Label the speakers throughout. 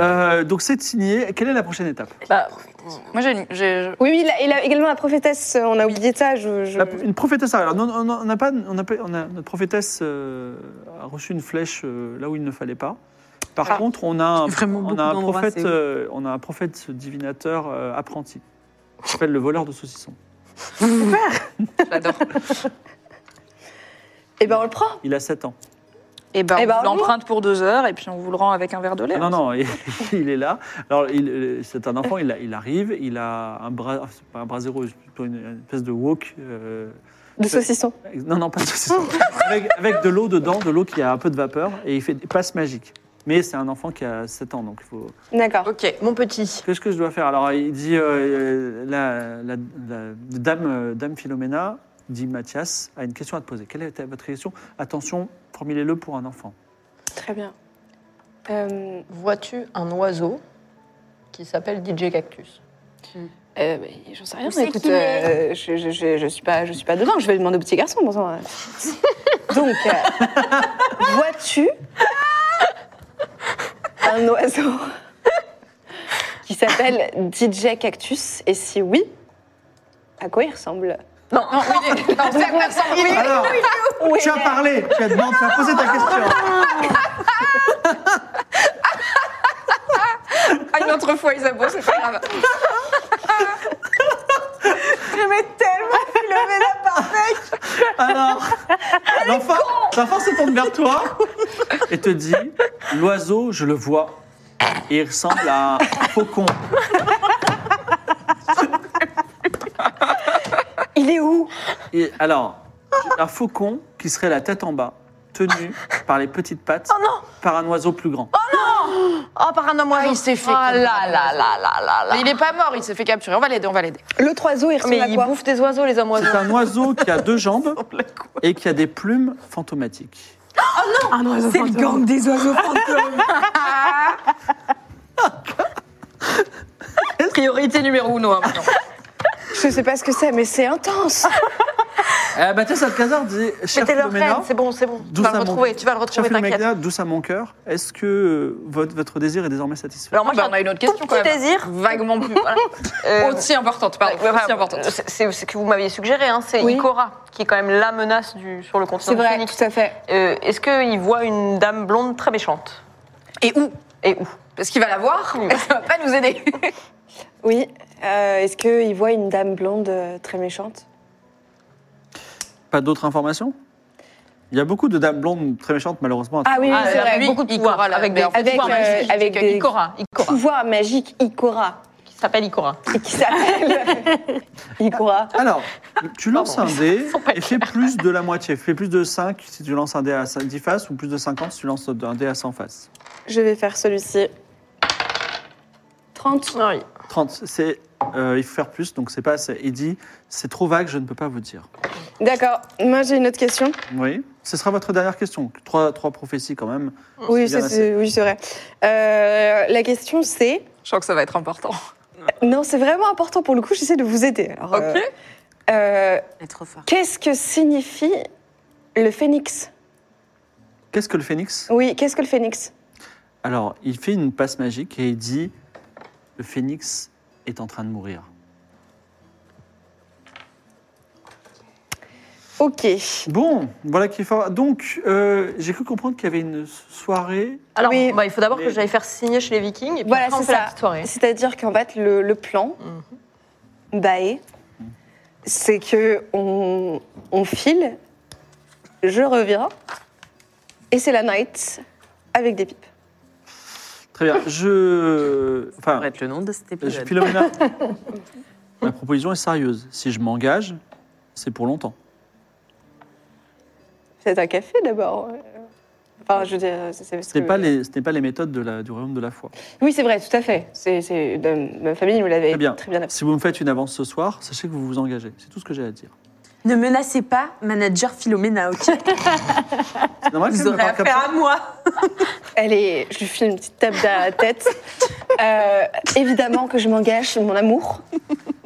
Speaker 1: Euh, donc c'est signé. Quelle est la prochaine étape
Speaker 2: Euh,
Speaker 3: Bah, moi, j'ai une- j'ai-
Speaker 4: Oui, oui, il a également la prophétesse, euh, on a oublié ça. Je, je-
Speaker 1: La- Une prophétesse. Alors, non, non, non, on n'a pas, on n'a pas- on a- notre prophétesse euh, a reçu une flèche euh, là où il ne fallait pas. Par
Speaker 3: Ah.
Speaker 1: contre, on a un,
Speaker 2: Vraiment
Speaker 1: on
Speaker 2: beaucoup
Speaker 1: a un
Speaker 2: d'endroits,
Speaker 1: prophète,
Speaker 2: c'est-
Speaker 1: euh, on a un prophète divinateur euh, apprenti. qui s'appelle le voleur de saucissons.
Speaker 3: j'adore.
Speaker 4: Eh ben, on le prend.
Speaker 1: Il a 7 ans.
Speaker 3: Et ben,
Speaker 4: Eh ben,
Speaker 3: on vous
Speaker 4: on y va.
Speaker 3: l'emprunte pour deux heures et puis on vous le rend avec un verre
Speaker 5: Ah,
Speaker 3: de lait.
Speaker 1: Ah, Non, non, il, il est là. Alors, il- euh, c'est un enfant, il, a- il arrive, il a un bras, ah, c'est pas un bras zéro, c'est plutôt une, une espèce de wok. euh,
Speaker 4: De saucisson.
Speaker 1: non, non, pas de saucisson. avec, avec de l'eau dedans, de l'eau qui a un peu de vapeur, et il fait des passes magiques. Mais c'est un enfant qui a 7 ans, donc il faut,
Speaker 4: D'accord.
Speaker 3: Ok.
Speaker 2: Mon petit.
Speaker 1: Qu'est-ce que je dois faire Alors, il dit euh, euh, la, la- la dame, euh, dame Philomena dit Mathias a une question à te poser. Quelle était votre question Attention, formulez-le pour un enfant.
Speaker 4: Très bien. Euh,
Speaker 2: Vois-tu un oiseau qui s'appelle DJ Cactus
Speaker 4: euh, bah, J'en sais rien,
Speaker 5: Où c'est
Speaker 4: écoute,
Speaker 5: qu'il est
Speaker 4: euh, je, je, je, je suis pas, je suis pas dedans, je vais demander au petit garçon. Bon sang, euh. Donc, euh, vois-tu un oiseau qui s'appelle DJ Cactus Et si oui, à quoi il ressemble
Speaker 3: Non, non, oui, non, ça me ressemble. Oui.
Speaker 1: Alors, tu as parlé, tu as, demandé, tu as posé ta question.
Speaker 3: Ah, une autre fois, Isabeau, c'est pas grave.
Speaker 1: Alors, l'enfant, l'enfant se tourne vers toi et te dit L'oiseau, je le vois. Et il ressemble à un faucon.
Speaker 4: Il est où
Speaker 1: Et alors, un faucon qui serait la tête en bas, tenu par les petites pattes, par un oiseau plus grand.
Speaker 2: Oh, par un homme oiseau. il s'est fait. Ah là là là là là là.
Speaker 3: Mais il est pas mort, il s'est fait capturer. On va l'aider, on va l'aider.
Speaker 4: Le oiseau, il ressemble
Speaker 2: Mais
Speaker 4: à
Speaker 2: ils
Speaker 4: quoi
Speaker 2: bouffent des oiseaux, les hommes oiseaux.
Speaker 1: C'est un oiseau qui a deux jambes et qui a des plumes fantomatiques.
Speaker 5: C'est le gang des oiseaux fantômes.
Speaker 3: Priorité numéro uno. hein, maintenant.
Speaker 4: Je sais pas ce que c'est, mais c'est intense
Speaker 1: Euh, Mathias Alcazar disait Cher
Speaker 2: C'était leur
Speaker 1: Philomena,
Speaker 2: reine, c'est bon, c'est bon. Tu
Speaker 1: Douce
Speaker 2: vas le
Speaker 1: à mon-
Speaker 2: retrouver, tu vas le
Speaker 1: cher
Speaker 2: retrouver, t'inquiète.
Speaker 1: Philomena, douce à mon cœur, est-ce que euh, votre, votre désir est désormais satisfait
Speaker 2: Alors moi,
Speaker 3: Ah, bah,
Speaker 2: j'ai
Speaker 3: on a une autre
Speaker 2: tout
Speaker 3: question,
Speaker 2: petit
Speaker 3: quand même.
Speaker 2: désir.
Speaker 3: Vaguement plus. voilà.
Speaker 2: Euh,
Speaker 3: Aussi importante, pardon.
Speaker 2: ouais,
Speaker 3: Aussi
Speaker 2: enfin,
Speaker 3: importante.
Speaker 2: c'est- C'est ce que vous m'aviez suggéré, hein, c'est
Speaker 4: Oui.
Speaker 2: Ikora, qui est quand même la menace du, sur le
Speaker 4: C'est
Speaker 2: continent du
Speaker 4: vrai,
Speaker 2: Phoenix.
Speaker 4: tout à fait.
Speaker 2: Euh, Est-ce qu'il voit une dame blonde très méchante
Speaker 3: Et où
Speaker 2: Et où
Speaker 3: Parce qu'il va la voir, mais ça va pas nous aider.
Speaker 4: Oui. Euh, Est-ce qu'il voit une dame blonde euh, très méchante
Speaker 1: Pas d'autres informations Il y a beaucoup de dames blondes très méchantes, malheureusement.
Speaker 4: Ah oui, oui,
Speaker 2: Ah,
Speaker 4: c'est
Speaker 2: alors
Speaker 4: vrai.
Speaker 2: lui,
Speaker 4: beaucoup de
Speaker 2: Ikora,
Speaker 4: pouvoirs.
Speaker 2: là,
Speaker 4: Avec
Speaker 2: mais
Speaker 4: des,
Speaker 2: en fait,
Speaker 4: avec,
Speaker 2: pouvoirs
Speaker 4: euh,
Speaker 2: magiques,
Speaker 4: avec
Speaker 2: c'est
Speaker 4: des
Speaker 2: Ikora, Ikora,
Speaker 4: pouvoirs magiques Ikora.
Speaker 2: qui s'appelle Ikora.
Speaker 4: Et qui s'appelle Ikora.
Speaker 1: Alors, tu lances un dé
Speaker 2: Faut pas
Speaker 1: et fais plus de la moitié. Fais plus de 5 si tu lances un dé à 10 faces ou plus de 50 si tu lances un dé à 100 faces.
Speaker 4: Je vais faire celui-ci. 30.
Speaker 2: Oui.
Speaker 1: 30, c'est, euh, il faut faire plus, donc c'est pas assez. Il dit, c'est trop vague, je ne peux pas vous dire.
Speaker 4: D'accord. Moi, j'ai une autre question.
Speaker 1: Oui. Ce sera votre dernière question. Trois, trois prophéties quand même.
Speaker 4: Oui,
Speaker 1: C'est bien
Speaker 4: ça, Oh, c'est oui, c'est vrai. Euh, la question, c'est... euh,
Speaker 3: Je crois que ça va être important.
Speaker 4: Non, c'est vraiment important pour le coup. J'essaie de vous aider. Alors, euh,
Speaker 3: Ok.
Speaker 4: euh,
Speaker 5: Elle est trop forte.
Speaker 4: qu'est-ce que signifie le phénix
Speaker 1: Qu'est-ce que le phénix
Speaker 4: Oui, qu'est-ce que le phénix
Speaker 1: Alors, il fait une passe magique et il dit Le phénix est en train de mourir.
Speaker 4: Ok.
Speaker 1: Bon, voilà qui est fort. Donc, euh, j'ai cru comprendre qu'il y avait une soirée.
Speaker 2: Alors,
Speaker 4: Oui.
Speaker 2: bah, il faut d'abord
Speaker 1: Mais-
Speaker 2: que j'aille faire signer chez les Vikings. Et puis
Speaker 4: Voilà,
Speaker 2: après, on
Speaker 4: c'est
Speaker 2: fait
Speaker 4: ça.
Speaker 2: la petite soirée. Mhm.
Speaker 4: C'est-à-dire qu'en fait, le, le plan, Baé, c'est que on, on file, je reviens, et c'est la night avec des pipes.
Speaker 1: Très bien. Je. Enfin,
Speaker 2: va être le nom de cet
Speaker 1: je-
Speaker 2: épisode.
Speaker 1: Philomena, ma proposition est sérieuse. Si je m'engage, c'est pour longtemps.
Speaker 4: C'est un café d'abord. Enfin, je veux dire, c'est- c'est parce
Speaker 1: Ce n'est
Speaker 4: que-
Speaker 1: pas, les- ce n'est pas les méthodes de la- du royaume de la foi.
Speaker 4: Oui, c'est vrai, tout à fait. C'est, c'est- de- ma famille nous l'avait
Speaker 1: Très bien.
Speaker 4: Eh très bien appris.
Speaker 1: Si vous me faites une avance ce soir, sachez que vous vous engagez. C'est tout ce que j'ai à dire.
Speaker 2: Ne menacez pas manager Philomena, ok
Speaker 1: C'est normal qu'elle
Speaker 2: Vous
Speaker 1: me
Speaker 2: aurez
Speaker 1: parle comme
Speaker 2: affaire
Speaker 1: ça
Speaker 2: à moi.
Speaker 4: Allez, je lui file une petite tape dans la tête. Euh, évidemment que je m'engage sur mon amour.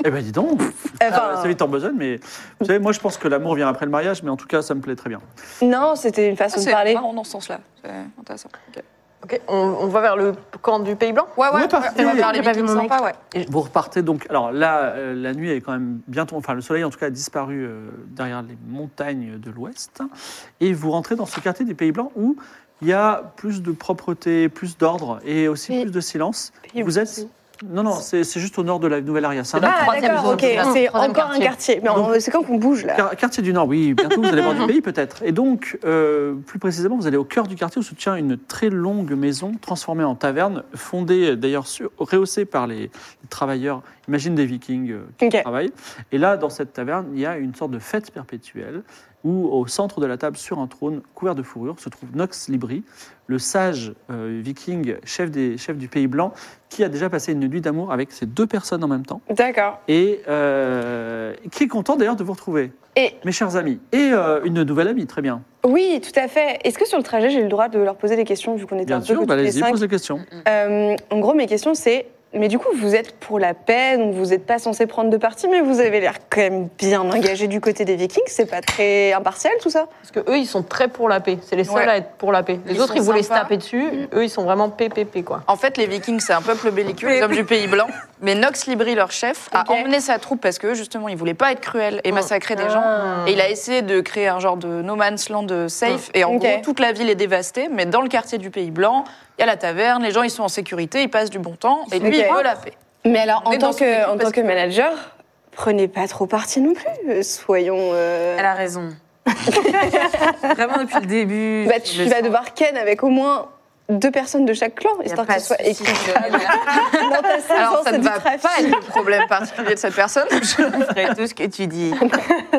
Speaker 1: Eh ben dis donc
Speaker 4: Enfin,
Speaker 1: C'est vite en besogne, mais vous savez, moi je pense que l'amour vient après le mariage, mais en tout cas, ça me plaît très bien.
Speaker 4: non, c'était une
Speaker 3: Ah,
Speaker 4: façon de
Speaker 3: c'est
Speaker 4: parler.
Speaker 3: marrant dans ce sens-là. C'est intéressant. Ok.
Speaker 2: Ok, on, on va vers le camp du Pays Blanc
Speaker 3: Ouais, ouais,
Speaker 1: Ouais,
Speaker 3: on va
Speaker 1: parfait.
Speaker 3: on va vers
Speaker 5: J'ai
Speaker 3: les
Speaker 5: pas vu
Speaker 3: meetings
Speaker 5: mon mec.
Speaker 3: sympas, ouais.
Speaker 1: Vous repartez donc. Alors là, euh, la nuit est quand même bientôt. Enfin, le soleil en tout cas a disparu euh, derrière les montagnes de l'ouest. Et vous rentrez dans ce quartier des Pays Blancs où il y a plus de propreté, plus d'ordre et aussi
Speaker 4: Pays-
Speaker 1: plus de silence.
Speaker 4: Pays
Speaker 1: vous êtes. Non, non, c'est c'est juste au nord de la Nouvelle-Aria. C'est un
Speaker 2: Ah,
Speaker 4: Ah,
Speaker 2: troisième
Speaker 4: d'accord,
Speaker 2: zone,
Speaker 4: ok.
Speaker 2: c'est ça.
Speaker 4: C'est
Speaker 2: Troisième
Speaker 4: encore un
Speaker 2: quartier.
Speaker 4: quartier. Mais on- c'est quand qu'on bouge, là
Speaker 1: Quar- Quartier du Nord, oui, bientôt vous allez voir du pays peut-être. Et donc, euh, plus précisément, vous allez au cœur du quartier où se tient une très longue maison transformée en taverne, fondée euh, d'ailleurs, sur- rehaussée par les, les travailleurs, imagine des vikings euh, qui
Speaker 4: Ok.
Speaker 1: travaillent. Et là, dans cette taverne, il y a une sorte de fête perpétuelle où, au centre de la table, sur un trône couvert de fourrure, se trouve Nox Libri, le sage euh, viking, chef, des, chef du Pays Blanc, qui a déjà passé une nuit d'amour avec ces deux personnes en même temps
Speaker 4: D'accord.
Speaker 1: et euh, qui est content d'ailleurs de vous retrouver,
Speaker 4: Et
Speaker 1: mes chers amis. Et euh, une nouvelle amie, très bien.
Speaker 4: oui, tout à fait. Est-ce que sur le trajet, j'ai le droit de leur poser des questions, vu qu'on était
Speaker 1: Bien
Speaker 4: un peu que
Speaker 1: sûr, bah,
Speaker 4: toutes les
Speaker 1: allez-y,
Speaker 4: cinq
Speaker 1: pose les questions.
Speaker 4: Euh, En gros, mes questions, c'est... Mais du coup, vous êtes pour la paix, donc vous n'êtes pas censé prendre de parti, mais vous avez l'air quand même bien engagé du côté des Vikings. C'est pas très impartial, tout ça
Speaker 6: Parce que eux, ils sont très pour la paix. C'est les seuls
Speaker 3: Ouais.
Speaker 6: à être pour la paix. Les
Speaker 3: Ils
Speaker 6: autres,
Speaker 3: sont
Speaker 6: ils voulaient se
Speaker 3: sympas.
Speaker 6: taper dessus. Eux, ils sont vraiment PPP, quoi.
Speaker 3: En fait, les Vikings, c'est un peuple belliqueux, les hommes du Pays Blanc. Mais Nox Libri, leur chef, a
Speaker 4: Ok. Oh.
Speaker 3: emmené sa troupe parce que justement, il voulait pas être cruel et massacrer des
Speaker 4: Ah.
Speaker 3: gens. Et il a essayé de créer un genre de no man's land euh, safe. Et en
Speaker 4: Ok.
Speaker 3: gros, toute la ville est dévastée, mais dans le quartier du Pays Blanc, il y a la taverne, les gens ils sont en sécurité, ils passent du bon temps. Et lui, il
Speaker 4: Ok.
Speaker 3: veut la paix.
Speaker 4: Mais alors,
Speaker 3: On
Speaker 4: en
Speaker 3: est dans
Speaker 4: tant,
Speaker 3: son équipe
Speaker 4: que, en
Speaker 3: parce
Speaker 4: tant que
Speaker 3: que-
Speaker 4: manager, prenez pas trop parti non plus. Euh, Soyons. euh,
Speaker 2: Elle a raison. Vraiment depuis le début.
Speaker 4: bah, tu vas devoir ken avec au moins deux personnes de chaque clan, histoire que ce soit écrit dans ta
Speaker 3: Alors, ça
Speaker 4: saison, c'est
Speaker 3: ne
Speaker 4: du
Speaker 3: va pas
Speaker 4: trafic.
Speaker 3: être le problème particulier de cette personne.
Speaker 2: Je ferai tout ce que tu dis.
Speaker 4: Ah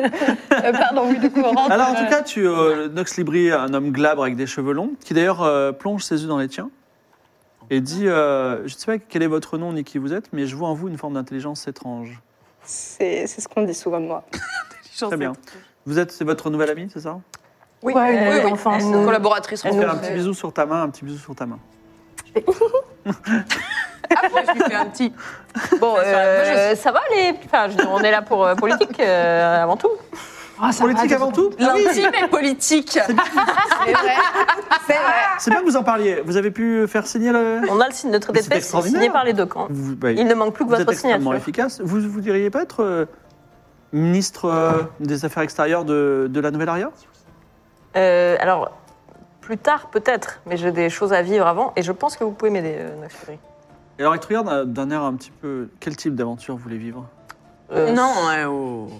Speaker 4: Euh, pardon, oui, du coup, on rentre.
Speaker 1: Alors, en tout cas, tu, euh, Nox Libri, un homme glabre avec des cheveux longs, qui d'ailleurs euh, plonge ses yeux dans les tiens et dit euh, Je ne sais pas quel est votre nom ni qui vous êtes, mais je vois en vous une forme d'intelligence étrange.
Speaker 4: C'est c'est ce qu'on dit souvent de moi.
Speaker 1: Très bien. Vous êtes, c'est votre nouvelle amie, c'est ça
Speaker 2: Oui,
Speaker 5: Ouais, une
Speaker 2: euh,
Speaker 5: nouvelle
Speaker 2: oui.
Speaker 5: enfant.
Speaker 3: C'est une collaboratrice.
Speaker 1: On fait un
Speaker 3: renforcée.
Speaker 1: petit bisou sur ta main, un petit bisou sur ta main.
Speaker 6: Je lui fais un petit. Bon, euh, ça va, les. Enfin, je veux dire, on est là pour euh, politique, euh, avant tout.
Speaker 5: Ah, ça
Speaker 1: Politique
Speaker 5: va,
Speaker 1: avant tout Ah oui,
Speaker 3: L'intime est politique.
Speaker 4: C'est vrai. C'est vrai.
Speaker 1: C'est bien que vous en parliez. Vous avez pu faire signer le.
Speaker 6: On a le signe, notre
Speaker 1: Mais c'est
Speaker 6: défaite, c'est
Speaker 1: extraordinaire.
Speaker 6: signé par les deux camps.
Speaker 1: Vous- bah,
Speaker 6: Il ne manque plus que
Speaker 1: Vous êtes
Speaker 6: votre
Speaker 1: extrêmement
Speaker 6: signature.
Speaker 1: efficace. Vous vous diriez pas être euh, ministre euh, des Affaires extérieures de, de la Nouvelle-Aria
Speaker 6: Euh, alors, plus tard, peut-être, mais j'ai des choses à vivre avant et je pense que vous pouvez m'aider, euh, Nox Fury.
Speaker 1: Et alors, il te regarde euh, d'un air un petit peu. Quel type d'aventure vous voulez vivre
Speaker 4: bah.
Speaker 6: Euh,
Speaker 2: Non, ouais,
Speaker 7: Ah,
Speaker 2: oh.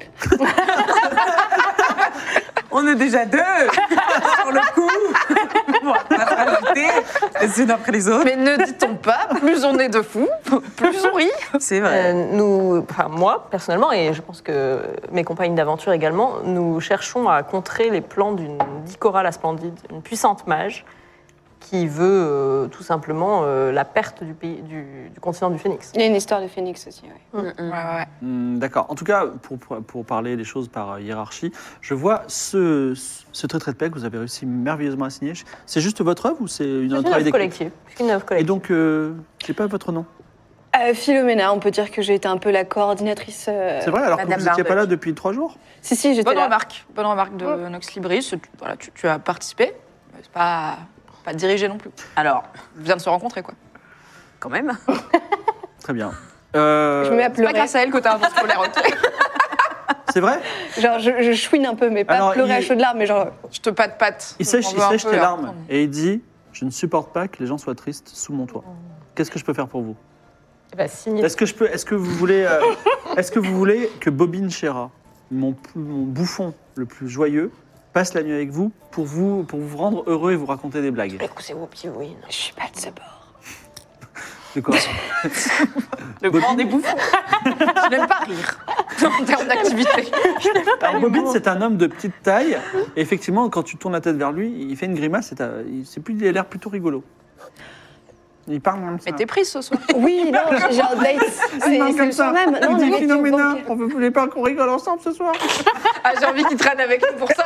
Speaker 2: On est déjà deux sur le coup. Bon, on va pas rajouter les unes après les autres.
Speaker 3: Mais ne dit-on pas, plus on est de fous, plus on rit.
Speaker 2: C'est vrai.
Speaker 6: Euh, nous, enfin, moi personnellement, et je pense que mes compagnes d'aventure également, nous cherchons à contrer les plans d'une Dicora la Splendide, une puissante mage qui veut euh, tout simplement euh, la perte du, pays, du, du continent du Phénix.
Speaker 4: Il y a une histoire de Phoenix aussi, ouais.
Speaker 1: Hmm, D'accord. En tout cas, pour, pour, pour parler des choses par euh, hiérarchie, je vois ce, ce trait de paix que vous avez réussi merveilleusement à signer. C'est juste votre œuvre ou c'est une- un
Speaker 6: C'est une
Speaker 1: travail
Speaker 6: œuvre
Speaker 1: d'équipe
Speaker 6: collective. C'est Une œuvre
Speaker 1: Et
Speaker 6: collective.
Speaker 1: donc, euh, j'ai pas votre nom.
Speaker 4: Euh, Philomena, on peut dire que j'ai été un peu la coordinatrice. euh,
Speaker 1: C'est vrai, alors que
Speaker 3: Madame
Speaker 1: vous n'étiez pas là
Speaker 3: Bardock.
Speaker 1: depuis trois jours
Speaker 4: Si, si, j'étais
Speaker 3: Bonne
Speaker 4: là.
Speaker 3: remarque, bonne remarque de Nox Libri. C'est- Voilà, tu, tu as participé, mais c'est pas pas dirigé non plus.
Speaker 2: Alors,
Speaker 3: On vient de se rencontrer quoi.
Speaker 2: quand même.
Speaker 1: Très bien. Euh,
Speaker 4: Je me mets à
Speaker 3: C'est pas
Speaker 4: pleurer.
Speaker 3: grâce à elle que t'as un bon scolaire, ok
Speaker 1: c'est vrai
Speaker 4: Genre, je, je chouine un peu, mais pas
Speaker 1: Alors,
Speaker 4: pleurer
Speaker 1: il-
Speaker 4: à chaudes larmes, mais genre.
Speaker 3: Je te patte patte.
Speaker 1: Il sèche,
Speaker 3: On
Speaker 1: il
Speaker 3: veut un
Speaker 1: sèche
Speaker 3: peu,
Speaker 1: tes
Speaker 3: hein.
Speaker 1: larmes et il dit Je ne supporte pas que les gens soient tristes sous mon toit. Qu'est-ce que je peux faire pour vous
Speaker 6: Eh ben, signe-
Speaker 1: Est-ce que je peux Est-ce que vous voulez euh, Est-ce que vous voulez que Bobine Chera, mon, p- mon bouffon le plus joyeux, passe la nuit avec vous pour vous pour vous rendre heureux et vous raconter des blagues
Speaker 6: Écoutez vos petits oui.
Speaker 4: Je suis pas de ce bord.
Speaker 1: De quoi
Speaker 3: Le grand des bouffons. Je n'aime pas rire en termes d'activité.
Speaker 1: Alors, Bobine, c'est un homme de petite taille. Et effectivement, quand tu tournes la tête vers lui, il fait une grimace. Et t'as- il, c'est plus, il a l'air plutôt rigolo. Il parle comme ça.
Speaker 3: Mais t'es Ah, prise ce soir.
Speaker 4: Oui, non, j'ai- j'ai un date. C'est
Speaker 1: marche
Speaker 4: c'est
Speaker 1: comme
Speaker 4: le
Speaker 1: ça.
Speaker 4: surnom. Non,
Speaker 1: Il
Speaker 4: mais
Speaker 1: dit
Speaker 4: avec une
Speaker 1: Phénoména,
Speaker 4: banque-
Speaker 1: on ne voulait pas qu'on rigole ensemble ce soir.
Speaker 3: Ah, j'ai envie qu'il traîne avec nous pour ça.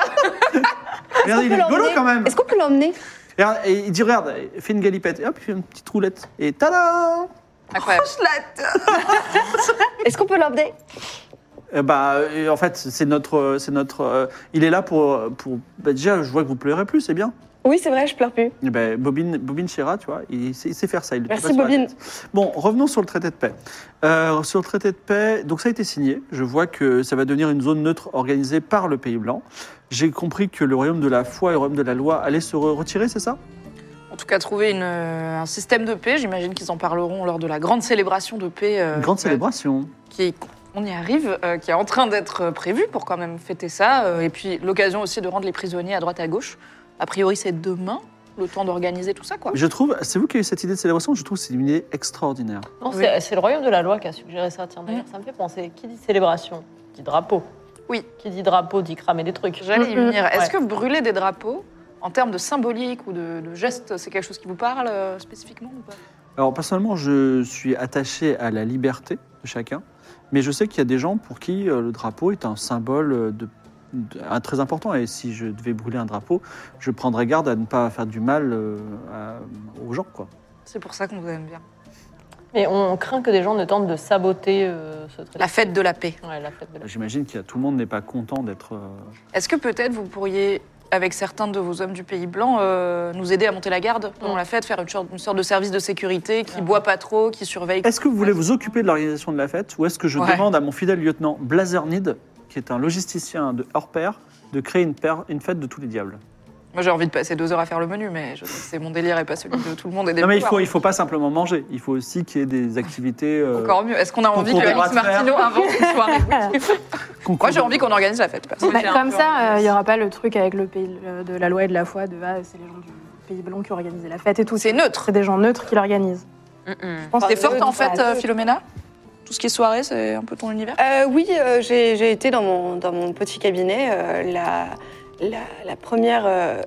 Speaker 4: Est-ce qu'on
Speaker 1: Regarde, il
Speaker 4: peut
Speaker 1: est rigolo
Speaker 4: l'emmener
Speaker 1: quand même.
Speaker 4: Est-ce qu'on peut l'emmener
Speaker 1: Regarde, et il dit Regarde, fais une galipette. Et hop, il fait une petite roulette. Et tada
Speaker 3: Incroyable.
Speaker 4: Est-ce qu'on peut l'emmener
Speaker 1: Eh bah, euh, en fait, c'est notre, euh, c'est notre. euh, il est là pour, pour. bah, déjà, je vois que vous pleurez plus, c'est bien.
Speaker 4: Oui, c'est vrai, je pleure plus.
Speaker 1: Eh ben, Bobine, Bobine Chéra, tu vois, il sait, il sait faire ça. Il le
Speaker 4: Merci,
Speaker 1: tape pas sur la
Speaker 4: Bobine.
Speaker 1: tête. Bon, revenons sur le traité de paix. Euh, sur le traité de paix, donc ça a été signé. Je vois que ça va devenir une zone neutre organisée par le Pays Blanc. J'ai compris que le royaume de la foi et le royaume de la loi allaient se re- retirer, c'est ça
Speaker 3: En tout cas, trouver une, euh, un système de paix. J'imagine qu'ils en parleront lors de la grande célébration de paix. euh,
Speaker 1: Une grande
Speaker 3: euh,
Speaker 1: célébration.
Speaker 3: qui- on y arrive, euh, qui est en train d'être euh, prévue pour quand même fêter ça. euh, et puis l'occasion aussi de rendre les prisonniers à droite à gauche. A priori, c'est demain le temps d'organiser tout ça, quoi.
Speaker 1: Je trouve, c'est vous qui avez cette idée de célébration, je trouve que c'est une idée extraordinaire.
Speaker 6: Non, c'est c'est le royaume de la loi qui a suggéré ça. Tiens, d'ailleurs, ça me fait penser. Qui dit célébration Dit drapeau.
Speaker 3: Mm. Oui.
Speaker 6: Qui dit drapeau dit cramer des trucs. Mm.
Speaker 3: J'allais y venir. Est-ce
Speaker 6: Ouais.
Speaker 3: que brûler des drapeaux, en termes de symbolique ou de, de geste, c'est quelque chose qui vous parle euh, spécifiquement ou pas
Speaker 1: Alors personnellement, je suis attaché à la liberté de chacun, mais je sais qu'il y a des gens pour qui euh, le drapeau est un symbole euh, de, de- un- très important. Et si je devais brûler un drapeau, je prendrais garde à ne pas faire du mal euh, à- aux gens, quoi.
Speaker 3: C'est pour ça qu'on vous aime bien.
Speaker 6: Mais on craint que des gens ne tentent de saboter euh, ce traité.
Speaker 3: La fête de la paix.
Speaker 6: Ouais, la fête de la-
Speaker 1: J'imagine que tout le monde n'est pas content d'être. euh,
Speaker 3: Est-ce que peut-être vous pourriez, avec certains de vos hommes du Pays Blanc, euh, nous aider à monter la garde pendant
Speaker 6: Mm.
Speaker 3: la fête, faire une sorte, une sorte de service de sécurité qui boit pas trop, qui surveille
Speaker 1: Est-ce que vous voulez vous occuper de l'organisation de la fête ou est-ce que je
Speaker 3: Ouais.
Speaker 1: demande à mon fidèle lieutenant Blazer Need, qui est un logisticien de hors pair, de créer une, paire- une fête de tous les diables
Speaker 3: Moi, j'ai envie de passer deux heures à faire le menu, mais je sais que c'est mon délire et pas celui de tout le monde. Et des
Speaker 1: Non mais il
Speaker 3: pouvoirs.
Speaker 1: faut, il faut pas simplement manger, il faut aussi qu'il y ait des activités. euh,
Speaker 3: Encore mieux. Est-ce qu'on a envie que
Speaker 1: Concours de bras
Speaker 3: Alice
Speaker 1: de fer.
Speaker 3: Martineau invente une soirée
Speaker 1: concours
Speaker 3: Moi, j'ai
Speaker 1: de-
Speaker 3: envie qu'on organise la fête. perso.
Speaker 5: Bah,
Speaker 3: J'ai un
Speaker 5: comme
Speaker 3: peu
Speaker 5: ça,
Speaker 3: envie.
Speaker 5: il n'y aura pas le truc avec le pays euh, de la loi et de la foi, de ah, c'est les gens du pays blanc qui organisent la fête et tout.
Speaker 3: C'est neutre.
Speaker 5: C'est des gens neutres qui l'organisent. Bah, Je pense
Speaker 3: T'es
Speaker 5: que-
Speaker 3: forte en fait,
Speaker 5: Voilà.
Speaker 3: euh, Philomena Tout ce qui est soirée, c'est un peu ton univers
Speaker 4: Euh, Oui, euh, j'ai j'ai été dans mon, dans mon petit cabinet euh, la, la, la première euh,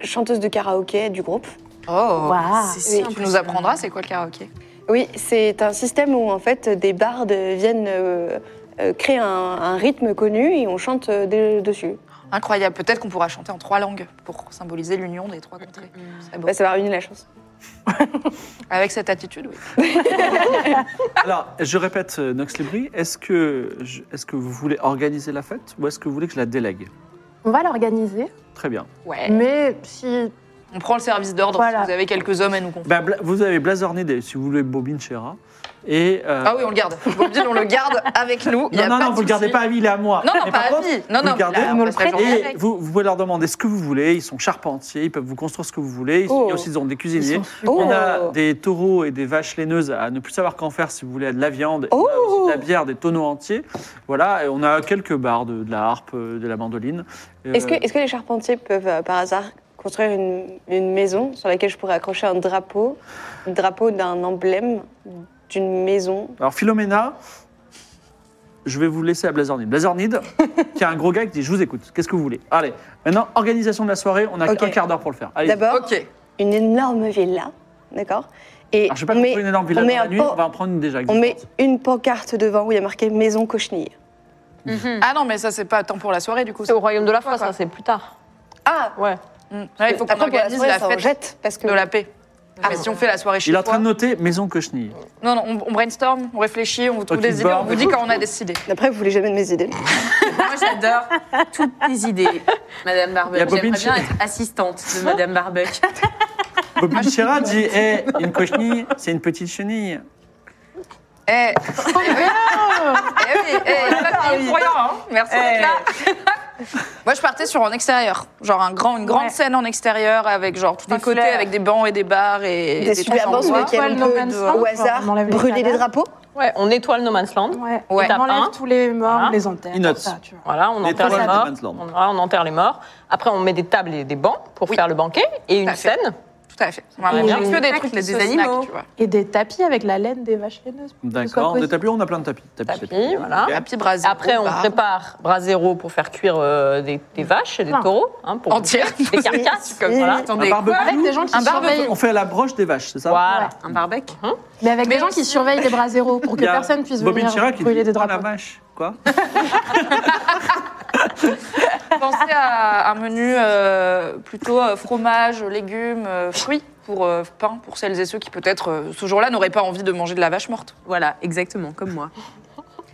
Speaker 4: chanteuse de karaoké du groupe.
Speaker 3: Oh
Speaker 5: Waouh.
Speaker 3: c'est-
Speaker 5: Oui,
Speaker 3: Tu nous apprendras, c'est quoi le karaoké
Speaker 4: Oui, c'est un système où en fait des bardes viennent euh, euh, créer un, un rythme connu et on chante euh, des- dessus.
Speaker 3: Incroyable. Peut-être qu'on pourra chanter en trois langues pour symboliser l'union des trois contrées. Ce serait beau.
Speaker 4: Bah, ça va ruiner la chance.
Speaker 3: Avec cette attitude, oui. Ah
Speaker 1: Alors, je répète, euh, Nox Libri, est-ce que, je- est-ce que vous voulez organiser la fête ou est-ce que vous voulez que je la délègue
Speaker 5: On va l'organiser,
Speaker 1: Très bien.
Speaker 3: Ouais.
Speaker 5: mais si
Speaker 3: On prend le service d'ordre.
Speaker 5: Voilà.
Speaker 3: Si vous avez quelques hommes à nous confier.
Speaker 1: Bah, Bla- vous avez Blazornid, si vous voulez Bobine Chera. Et, euh,
Speaker 3: Ah oui, on le garde. Bobine, on le garde avec nous. Il y
Speaker 1: Non,
Speaker 3: a
Speaker 1: non,
Speaker 3: pas
Speaker 1: non,
Speaker 3: de
Speaker 1: vous le gardez
Speaker 3: souci.
Speaker 1: pas à vie, il est à moi.
Speaker 3: Non, non,
Speaker 1: Mais
Speaker 3: pas
Speaker 1: Ah. par
Speaker 3: à
Speaker 1: contre,
Speaker 3: vie. Non,
Speaker 1: vous
Speaker 3: non,
Speaker 1: le gardez.
Speaker 3: là, on
Speaker 5: Nous le
Speaker 3: passe la
Speaker 5: prête.
Speaker 3: journée
Speaker 1: Et
Speaker 3: avec.
Speaker 1: vous, vous pouvez leur demander ce que vous voulez. Ils sont charpentiers, ils peuvent vous construire ce que vous voulez. Ils-
Speaker 4: Oh.
Speaker 1: Il y a aussi ils ont des cuisiniers.
Speaker 5: Ils
Speaker 1: On a
Speaker 4: Oh.
Speaker 1: des taureaux et des vaches laineuses à ne plus savoir qu'en faire si vous voulez, à de la viande, on
Speaker 4: Oh.
Speaker 1: a aussi de la bière, des tonneaux entiers. Voilà, et on a quelques barres de, de la harpe, euh, de la mandoline. Euh,
Speaker 4: Est-ce que, est-ce que les charpentiers peuvent euh, par hasard construire une, une maison sur laquelle je pourrais accrocher un drapeau, le drapeau d'un emblème d'une maison
Speaker 1: Alors Philomena, je vais vous laisser à Blazornid. Blazornid, qui a un gros gars qui dit je vous écoute, qu'est-ce que vous voulez Allez, maintenant organisation de la soirée, on a
Speaker 4: Ok.
Speaker 1: un quart d'heure pour le faire. Allez.
Speaker 4: D'abord,
Speaker 3: Ok.
Speaker 4: une énorme villa, d'accord Et
Speaker 1: Alors, je sais pas
Speaker 4: on, met,
Speaker 1: une énorme villa
Speaker 4: on
Speaker 1: dans
Speaker 4: met
Speaker 1: la
Speaker 4: un
Speaker 1: nuit,
Speaker 4: pan-
Speaker 1: on va en prendre une déjà.
Speaker 4: on met
Speaker 1: existante.
Speaker 4: une pancarte devant où il y a marqué Maison Cochenille.
Speaker 3: Ah non, mais ça, c'est pas tant pour la soirée, du coup.
Speaker 6: C'est au royaume de la foi,
Speaker 3: Quoi,
Speaker 6: ça, c'est plus tard.
Speaker 4: Ah
Speaker 6: Ouais.
Speaker 3: Mm. Là, il faut qu'on
Speaker 4: Euh, Après, pour la
Speaker 3: organise
Speaker 4: soirée,
Speaker 3: la
Speaker 4: ça en
Speaker 3: fête
Speaker 4: jette, parce que
Speaker 3: de la paix.
Speaker 6: Ah.
Speaker 3: mais si on fait la soirée chez
Speaker 1: Il est en
Speaker 3: toi-
Speaker 1: train de noter maison cochenille.
Speaker 3: Non, non, on, on brainstorm, on réfléchit, on vous trouve
Speaker 1: Toi, tu
Speaker 3: des idées, on
Speaker 1: barres.
Speaker 3: vous dit quand on a décidé.
Speaker 4: Après, vous voulez jamais de mes idées.
Speaker 7: Moi, j'adore toutes les idées, Madame
Speaker 1: Il y a
Speaker 7: Barbuck.
Speaker 1: Bobine
Speaker 7: J'aimerais bien
Speaker 1: chez-
Speaker 7: être assistante de Madame Barbuck.
Speaker 1: Bobby Chira dit hé, une cochenille, c'est une petite chenille.
Speaker 3: Eh Eh oui Eh oui eh, pas payé pour rien, hein. Merci d'être là Moi, je partais sur en extérieur. Genre un grand, une grande
Speaker 5: Ouais.
Speaker 3: scène en extérieur avec genre tout
Speaker 5: Des
Speaker 3: un côté
Speaker 5: fleurs.
Speaker 3: avec des bancs et des bars et
Speaker 4: Des,
Speaker 3: trucs
Speaker 4: super
Speaker 3: en
Speaker 4: bancs sur
Speaker 3: bois.
Speaker 5: lesquels
Speaker 4: lesquelles
Speaker 5: Étoile,
Speaker 4: on
Speaker 5: no
Speaker 4: peut,
Speaker 5: man's
Speaker 4: de-
Speaker 5: land,
Speaker 4: au hasard,
Speaker 5: on enlève les
Speaker 4: brûler des
Speaker 5: salades.
Speaker 4: drapeaux.
Speaker 6: Ouais, on étoile No Man's Land.
Speaker 5: Ouais.
Speaker 3: Ouais.
Speaker 5: On enlève
Speaker 6: Hein.
Speaker 5: tous les morts,
Speaker 6: Hein.
Speaker 5: on les enterre.
Speaker 1: Ils notent.
Speaker 5: comme ça, tu vois.
Speaker 6: Voilà, on
Speaker 1: Les
Speaker 6: enterre
Speaker 1: toiles
Speaker 6: les
Speaker 1: No
Speaker 6: morts.
Speaker 1: Man's Land.
Speaker 6: On, voilà, on enterre les morts. Après, on met des tables et des bancs pour
Speaker 3: Oui.
Speaker 6: faire le banquet et
Speaker 3: à
Speaker 6: une
Speaker 3: fait.
Speaker 6: scène.
Speaker 3: Tout à fait. On va
Speaker 7: Et
Speaker 3: manger un
Speaker 7: des
Speaker 3: peu des
Speaker 7: snacks,
Speaker 3: trucs
Speaker 7: des
Speaker 3: qui se
Speaker 7: animaux.
Speaker 3: snackent, tu vois.
Speaker 5: Et des tapis avec la laine des vaches laineuses. pour que ce soit
Speaker 1: D'accord. Des
Speaker 5: possible.
Speaker 1: tapis, on a plein de tapis. Tapis,
Speaker 6: Tapis,
Speaker 1: tapis.
Speaker 6: voilà.
Speaker 1: Ok.
Speaker 3: Tapis brasé.
Speaker 6: Après, on
Speaker 3: barbe.
Speaker 6: prépare brasero pour faire cuire euh, des, des vaches et des
Speaker 5: Non.
Speaker 6: taureaux. hein, pour
Speaker 3: Entière.
Speaker 6: Des carcasses, comme voilà.
Speaker 1: Un
Speaker 3: Attendez,
Speaker 1: barbecue.
Speaker 5: Avec des gens qui
Speaker 3: Un barbecue.
Speaker 5: surveillent.
Speaker 1: On fait à la broche des vaches, c'est ça
Speaker 6: Voilà.
Speaker 7: Un barbecue
Speaker 5: Mais avec
Speaker 3: Mais
Speaker 5: des gens
Speaker 3: aussi-
Speaker 5: qui surveillent les bras zéro pour que
Speaker 1: Il y a
Speaker 5: personne puisse
Speaker 1: Bobby
Speaker 5: venir
Speaker 1: Chirac qui
Speaker 5: brûler
Speaker 1: dit,
Speaker 5: des
Speaker 1: oh, la
Speaker 5: drapeaux.
Speaker 1: vache. Quoi
Speaker 3: pensez à un menu euh, plutôt euh, fromage, légumes, euh, fruits pour euh, pain, pour celles et ceux qui peut-être euh, ce jour-là n'auraient pas envie de manger de la vache morte.
Speaker 7: Voilà, exactement, comme moi.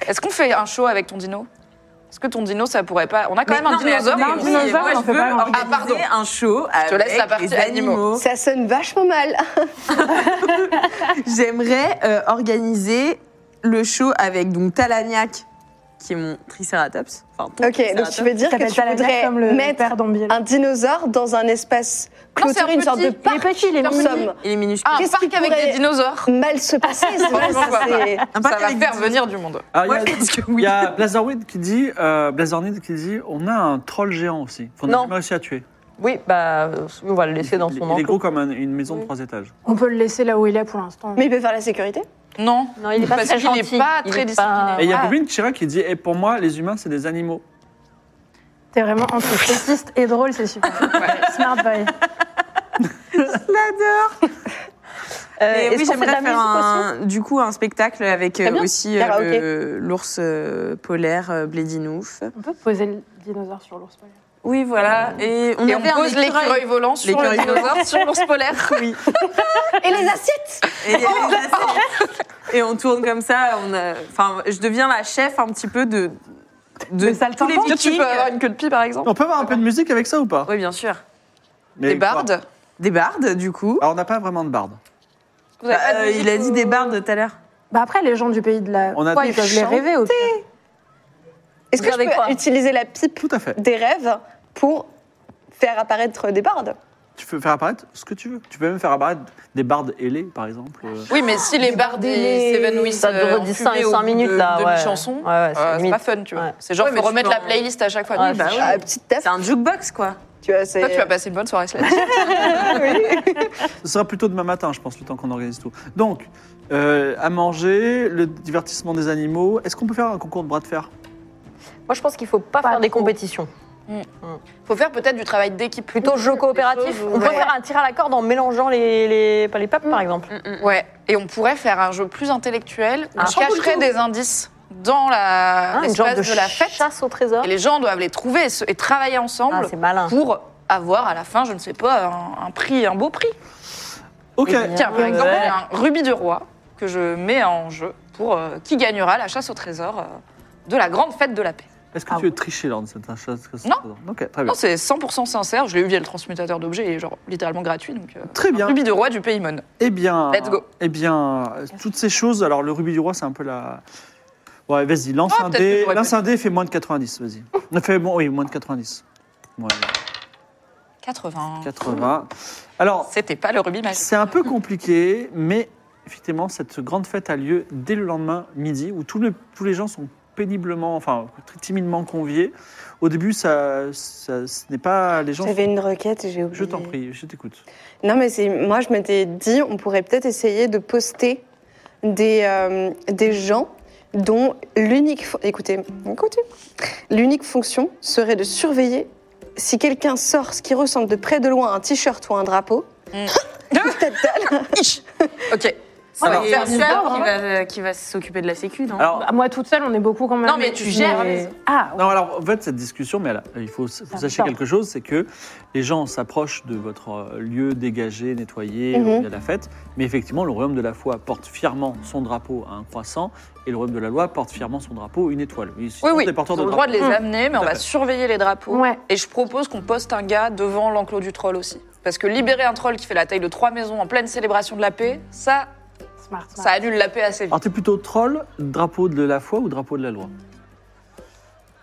Speaker 3: Est-ce qu'on fait un show avec ton dino Est-ce que ton dino, ça pourrait pas... On a quand
Speaker 7: Mais
Speaker 3: même un
Speaker 7: non, mais
Speaker 3: dinosaure.
Speaker 7: attendez,
Speaker 3: mais
Speaker 7: oui,
Speaker 3: on-
Speaker 5: dinosaure.
Speaker 7: moi,
Speaker 5: on
Speaker 7: je
Speaker 5: fait pas
Speaker 7: veux
Speaker 5: un-
Speaker 7: organiser
Speaker 3: Ah, pardon.
Speaker 7: un show
Speaker 3: te laisse la
Speaker 7: avec
Speaker 3: partie
Speaker 7: les animaux.
Speaker 4: Ça sonne vachement mal.
Speaker 7: J'aimerais euh, organiser le show avec donc Talagnac, qui est mon triceratops. Enfin, ton
Speaker 4: Ok, donc tu veux dire que
Speaker 5: T'appelles
Speaker 4: tu
Speaker 5: ça la
Speaker 4: voudrais
Speaker 5: nef comme le
Speaker 4: mettre
Speaker 5: père d'Ambiel.
Speaker 4: un dinosaure dans un espace
Speaker 3: Non, c'est un
Speaker 4: clôturé, une sorte de
Speaker 3: petit.
Speaker 5: Il est
Speaker 4: parc
Speaker 5: petit, il est
Speaker 4: en
Speaker 5: mignon.
Speaker 4: somme.
Speaker 7: Il est minuscule.
Speaker 3: Ah, un
Speaker 4: Qu'est-ce
Speaker 3: parc
Speaker 4: qui
Speaker 3: avec
Speaker 4: pourrait-
Speaker 3: des dinosaures.
Speaker 4: Mal se passer, c'est vrai,
Speaker 3: Franchement,
Speaker 4: ça,
Speaker 3: pas.
Speaker 4: c'est-
Speaker 7: Un
Speaker 3: Ça
Speaker 7: parc
Speaker 3: va
Speaker 7: avec
Speaker 3: faire
Speaker 7: des-
Speaker 3: venir du monde.
Speaker 1: Ah, il y
Speaker 7: Moi,
Speaker 1: a-
Speaker 7: je pense que
Speaker 1: Il
Speaker 7: oui.
Speaker 1: y a Blazarwid qui dit, euh, Blazarnid qui dit, on a un troll géant aussi. Faut
Speaker 6: Non.
Speaker 1: nous aussi à tuer.
Speaker 6: Oui, bah, euh, on va le laisser dans
Speaker 1: il,
Speaker 6: son
Speaker 1: il est
Speaker 6: enclos.
Speaker 1: gros comme un- une maison de trois étages.
Speaker 5: On peut le laisser là où il est pour l'instant.
Speaker 4: Mais il peut faire la sécurité
Speaker 3: Non.
Speaker 6: Non, il est pas
Speaker 3: Parce
Speaker 6: très
Speaker 3: qu'il est
Speaker 6: gentil.
Speaker 3: pas
Speaker 6: Il
Speaker 3: très
Speaker 6: est pas-
Speaker 3: discipliné.
Speaker 1: Et il y a
Speaker 3: Ah.
Speaker 1: Bobine Chirac qui dit, et pour moi, les humains, c'est des animaux.
Speaker 5: T'es vraiment entre spéciste et drôle, c'est super. Smart boy.
Speaker 6: Euh,
Speaker 7: Mais
Speaker 6: est-ce
Speaker 7: oui,
Speaker 6: qu'on fait de
Speaker 7: j'aimerais
Speaker 6: la
Speaker 7: faire
Speaker 6: musique aussi
Speaker 7: un, du coup un spectacle avec euh,
Speaker 6: Très bien.
Speaker 7: aussi euh,
Speaker 4: Karaoké.
Speaker 7: le- l'ours euh, polaire euh, Blédinouf.
Speaker 5: On peut poser le dinosaure sur l'ours polaire.
Speaker 7: Oui, voilà. Et on,
Speaker 3: Et on
Speaker 7: avait un
Speaker 3: pose
Speaker 7: écureuil.
Speaker 3: l'écureuil volant sur le
Speaker 7: L'écureuil volant.
Speaker 3: dinosaure, sur l'ours polaire.
Speaker 7: Oui.
Speaker 4: Et les assiettes
Speaker 7: Et, et là, c'est- et on tourne comme ça. On a- Enfin, je deviens la chef un petit peu de de
Speaker 5: Le
Speaker 7: tous les
Speaker 5: saltimbanque.
Speaker 3: Tu
Speaker 7: vikings.
Speaker 3: peux avoir une queue de pie, par exemple.
Speaker 1: On peut avoir un peu de musique avec ça ou pas
Speaker 7: Oui, bien sûr.
Speaker 1: Mais
Speaker 3: Des
Speaker 1: quoi
Speaker 3: bardes.
Speaker 7: Des bardes, du coup.
Speaker 1: Alors, on n'a pas vraiment de barde.
Speaker 3: Vous avez
Speaker 7: Bah,
Speaker 3: pas de
Speaker 7: euh,
Speaker 3: musique
Speaker 7: il a dit
Speaker 3: ou-
Speaker 7: des bardes tout à l'heure.
Speaker 5: Bah après, les gens du pays de la
Speaker 1: On a
Speaker 5: foi,
Speaker 1: des
Speaker 5: ils peuvent les
Speaker 1: chants.
Speaker 5: rêver au pire.
Speaker 4: Est-ce que je
Speaker 6: Avec quoi
Speaker 4: peux utiliser la pipe
Speaker 1: Tout à fait.
Speaker 4: des rêves pour faire apparaître des bardes
Speaker 1: Tu peux faire apparaître ce que tu veux. Tu peux même faire apparaître des bardes ailées, par exemple. Euh,
Speaker 3: Oui, mais si les bardes ils s'évanouissent
Speaker 6: Ça
Speaker 3: euh,
Speaker 6: dure
Speaker 3: en
Speaker 6: 10
Speaker 3: fumée au
Speaker 6: 5
Speaker 3: bout
Speaker 6: minutes
Speaker 3: de
Speaker 6: là. ouais.
Speaker 3: demi-chanson,
Speaker 6: Ouais, ouais, c'est
Speaker 3: euh, c'est
Speaker 6: limite.
Speaker 3: pas fun, tu vois.
Speaker 6: Ouais.
Speaker 3: C'est genre,
Speaker 7: Ouais, mais
Speaker 3: faut
Speaker 7: tu
Speaker 3: remettre
Speaker 7: peux
Speaker 3: la
Speaker 7: en-
Speaker 3: playlist à chaque fois.
Speaker 6: Ouais,
Speaker 3: Oui,
Speaker 6: bah
Speaker 3: bah,
Speaker 6: oui.
Speaker 4: Ah, Petite taf,
Speaker 7: C'est un jukebox, quoi.
Speaker 4: tu euh, vois, c'est...
Speaker 3: Toi, tu vas passer une bonne soirée, cela dit.
Speaker 1: Ce sera plutôt demain matin, je pense, le temps qu'on organise tout. Donc, euh, à manger, le divertissement des animaux. Est-ce qu'on peut faire un concours de bras de fer
Speaker 6: Moi, je pense qu'il faut pas,
Speaker 5: Pas
Speaker 6: faire des
Speaker 5: trop.
Speaker 6: compétitions.
Speaker 3: Faut faire peut-être du travail d'équipe.
Speaker 6: Plutôt jeu coopératif.
Speaker 3: choses où-
Speaker 6: On peut
Speaker 3: Ouais.
Speaker 6: faire un tir à la corde en mélangeant les, les, pas les papes, par exemple.
Speaker 3: Ouais, et on pourrait faire un jeu plus intellectuel où
Speaker 6: Un
Speaker 3: on cacherait des indices dans la
Speaker 6: Hein, une genre
Speaker 3: l'espace
Speaker 6: de,
Speaker 3: Ah, de, la fête.
Speaker 6: chasse au trésor.
Speaker 3: Et les gens doivent les trouver et, se- et travailler
Speaker 6: Ah,
Speaker 3: ensemble
Speaker 6: c'est malin.
Speaker 3: pour avoir à la fin, je ne sais pas, un, un prix, un beau prix.
Speaker 1: Ok.
Speaker 6: Eh bien.
Speaker 3: Tiens, par
Speaker 6: Ouais.
Speaker 3: exemple, il y a un rubis de roi que je mets en jeu pour euh, qui gagnera la chasse au trésor euh, de la grande fête de la paix.
Speaker 1: Est-ce que
Speaker 6: Ah
Speaker 1: tu veux tricher lors de cette chasse
Speaker 3: Non.
Speaker 1: Ok, très bien.
Speaker 3: Non, c'est 100% sincère. Je l'ai eu via le transmutateur d'objets, il est genre littéralement gratuit. Donc, euh,
Speaker 1: Très bien.
Speaker 3: rubis de roi du Paymon.
Speaker 1: Eh bien,
Speaker 3: Let's go.
Speaker 1: Eh bien, euh, toutes ces choses. Alors, le rubis du roi, c'est un peu la. Ouais, vas-y, lance
Speaker 3: Ah,
Speaker 1: un
Speaker 3: peut-être que
Speaker 1: dé.
Speaker 3: j'aurais
Speaker 1: Lance
Speaker 3: pu.
Speaker 1: un dé, fait moins de 90, vas-y. On fait bon, oui, moins de 90. Ouais,
Speaker 3: 80.
Speaker 1: 80. Alors,
Speaker 3: C'était pas le rubis magique.
Speaker 1: c'est un peu compliqué, mais effectivement, cette grande fête a lieu dès le lendemain midi, où tous les, tous les gens sont péniblement, enfin, très timidement conviés. Au début, ça, ça- ce n'est pas les gens.
Speaker 4: J'avais une requête et j'ai oublié.
Speaker 1: Je t'en prie, je t'écoute.
Speaker 4: Non, mais c'est moi, je m'étais dit, on pourrait peut-être essayer de poster des, euh, des gens dont l'unique fo- écoutez, écoutez, l'unique fonction serait de surveiller si quelqu'un sort ce qui ressemble de près de loin à un t-shirt ou un drapeau.
Speaker 3: Ok.
Speaker 7: Ça
Speaker 1: Alors-
Speaker 7: va faire
Speaker 5: C'est bizarre,
Speaker 7: Suave qui
Speaker 5: hein.
Speaker 7: va, qui va s'occuper de la sécu, non
Speaker 1: Alors,
Speaker 5: Bah, moi toute seule, on est beaucoup quand même.
Speaker 3: Non, mais tu gères.
Speaker 5: Ah,
Speaker 1: Non, alors en fait, cette discussion, mais elle a- il faut, faut sachez
Speaker 5: sort.
Speaker 1: quelque chose, c'est que les gens s'approchent de votre euh, lieu dégagé, nettoyé,
Speaker 4: Mhm.
Speaker 1: où il y a la fête, mais effectivement, le royaume de la foi porte fièrement son drapeau à un croissant, et le royaume de la loi porte fièrement son drapeau à une étoile. Ils sont
Speaker 3: Oui, oui.
Speaker 1: des porteurs
Speaker 3: Ils ont
Speaker 1: de
Speaker 3: le droit de les
Speaker 1: drapeaux.
Speaker 3: amener, mais
Speaker 1: Mmh.
Speaker 3: on
Speaker 1: Tout à
Speaker 3: va
Speaker 1: fait.
Speaker 3: surveiller les drapeaux.
Speaker 5: Ouais.
Speaker 3: Et je propose qu'on poste un gars devant l'enclos du troll aussi. Parce que libérer un troll qui fait la taille de trois maisons en pleine célébration de la paix, ça,
Speaker 5: smart, smart.
Speaker 3: ça annule la paix assez
Speaker 1: Alors,
Speaker 3: vite.
Speaker 1: t'es plutôt troll, drapeau de la foi ou drapeau de la loi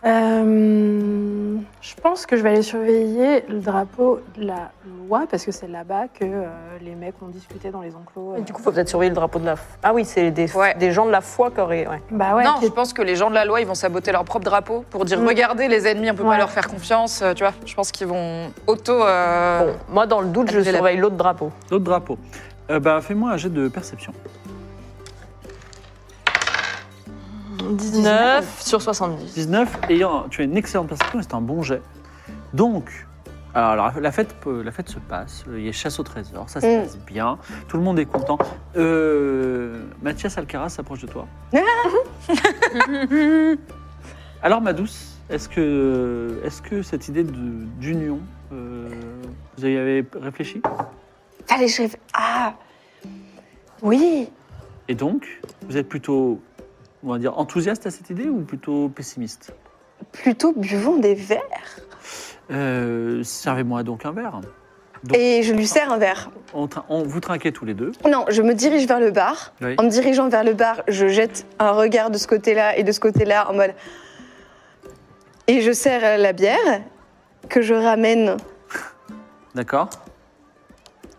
Speaker 5: Euh, je pense que je vais aller surveiller le drapeau de la loi parce que c'est là-bas que euh, les mecs ont discuté dans les enclos. euh.
Speaker 6: Et Du coup, faut peut-être surveiller le drapeau de la. f- Ah oui, c'est des,
Speaker 3: Ouais.
Speaker 6: des gens de la foi qui auraient. ouais.
Speaker 5: bah ouais,
Speaker 3: non,
Speaker 5: qui-
Speaker 3: je pense que les gens de la loi, ils vont saboter leur propre drapeau pour dire
Speaker 5: Mm.
Speaker 3: regardez les ennemis, on peut
Speaker 5: Ouais.
Speaker 3: pas leur faire confiance. euh, Tu vois, je pense qu'ils vont auto. euh,
Speaker 6: Bon, moi, dans le doute, je
Speaker 3: Activer la-
Speaker 6: surveille l'autre drapeau.
Speaker 1: L'autre drapeau. Euh, bah, fais-moi un jet de perception.
Speaker 6: 9 sur 70.
Speaker 1: 19, ayant, tu as une excellente perception et c'est un bon jet. Donc, alors, la, la fête, peut- la fête se passe, euh, il y a chasse au trésor, ça se
Speaker 4: Mm.
Speaker 1: passe bien, tout le monde est content. Euh, Mathias Alcaraz s'approche de toi. alors, ma douce, est-ce que, est que cette idée de- d'union, euh, vous y avez réfléchi
Speaker 4: Allez, je rêve. Ah Oui
Speaker 1: Et donc, vous êtes plutôt, on va dire, enthousiaste à cette idée ou plutôt pessimiste
Speaker 4: Plutôt buvons des verres.
Speaker 1: Euh, Servez-moi donc un verre. Donc-
Speaker 4: Et je lui sers un verre.
Speaker 1: On, trin- on- vous trinquez tous les deux.
Speaker 4: Non, je me dirige vers le bar.
Speaker 1: Oui.
Speaker 4: En me dirigeant vers le bar, je jette un regard de ce côté-là et de ce côté-là en mode. Et je sers la bière que je ramène
Speaker 1: D'accord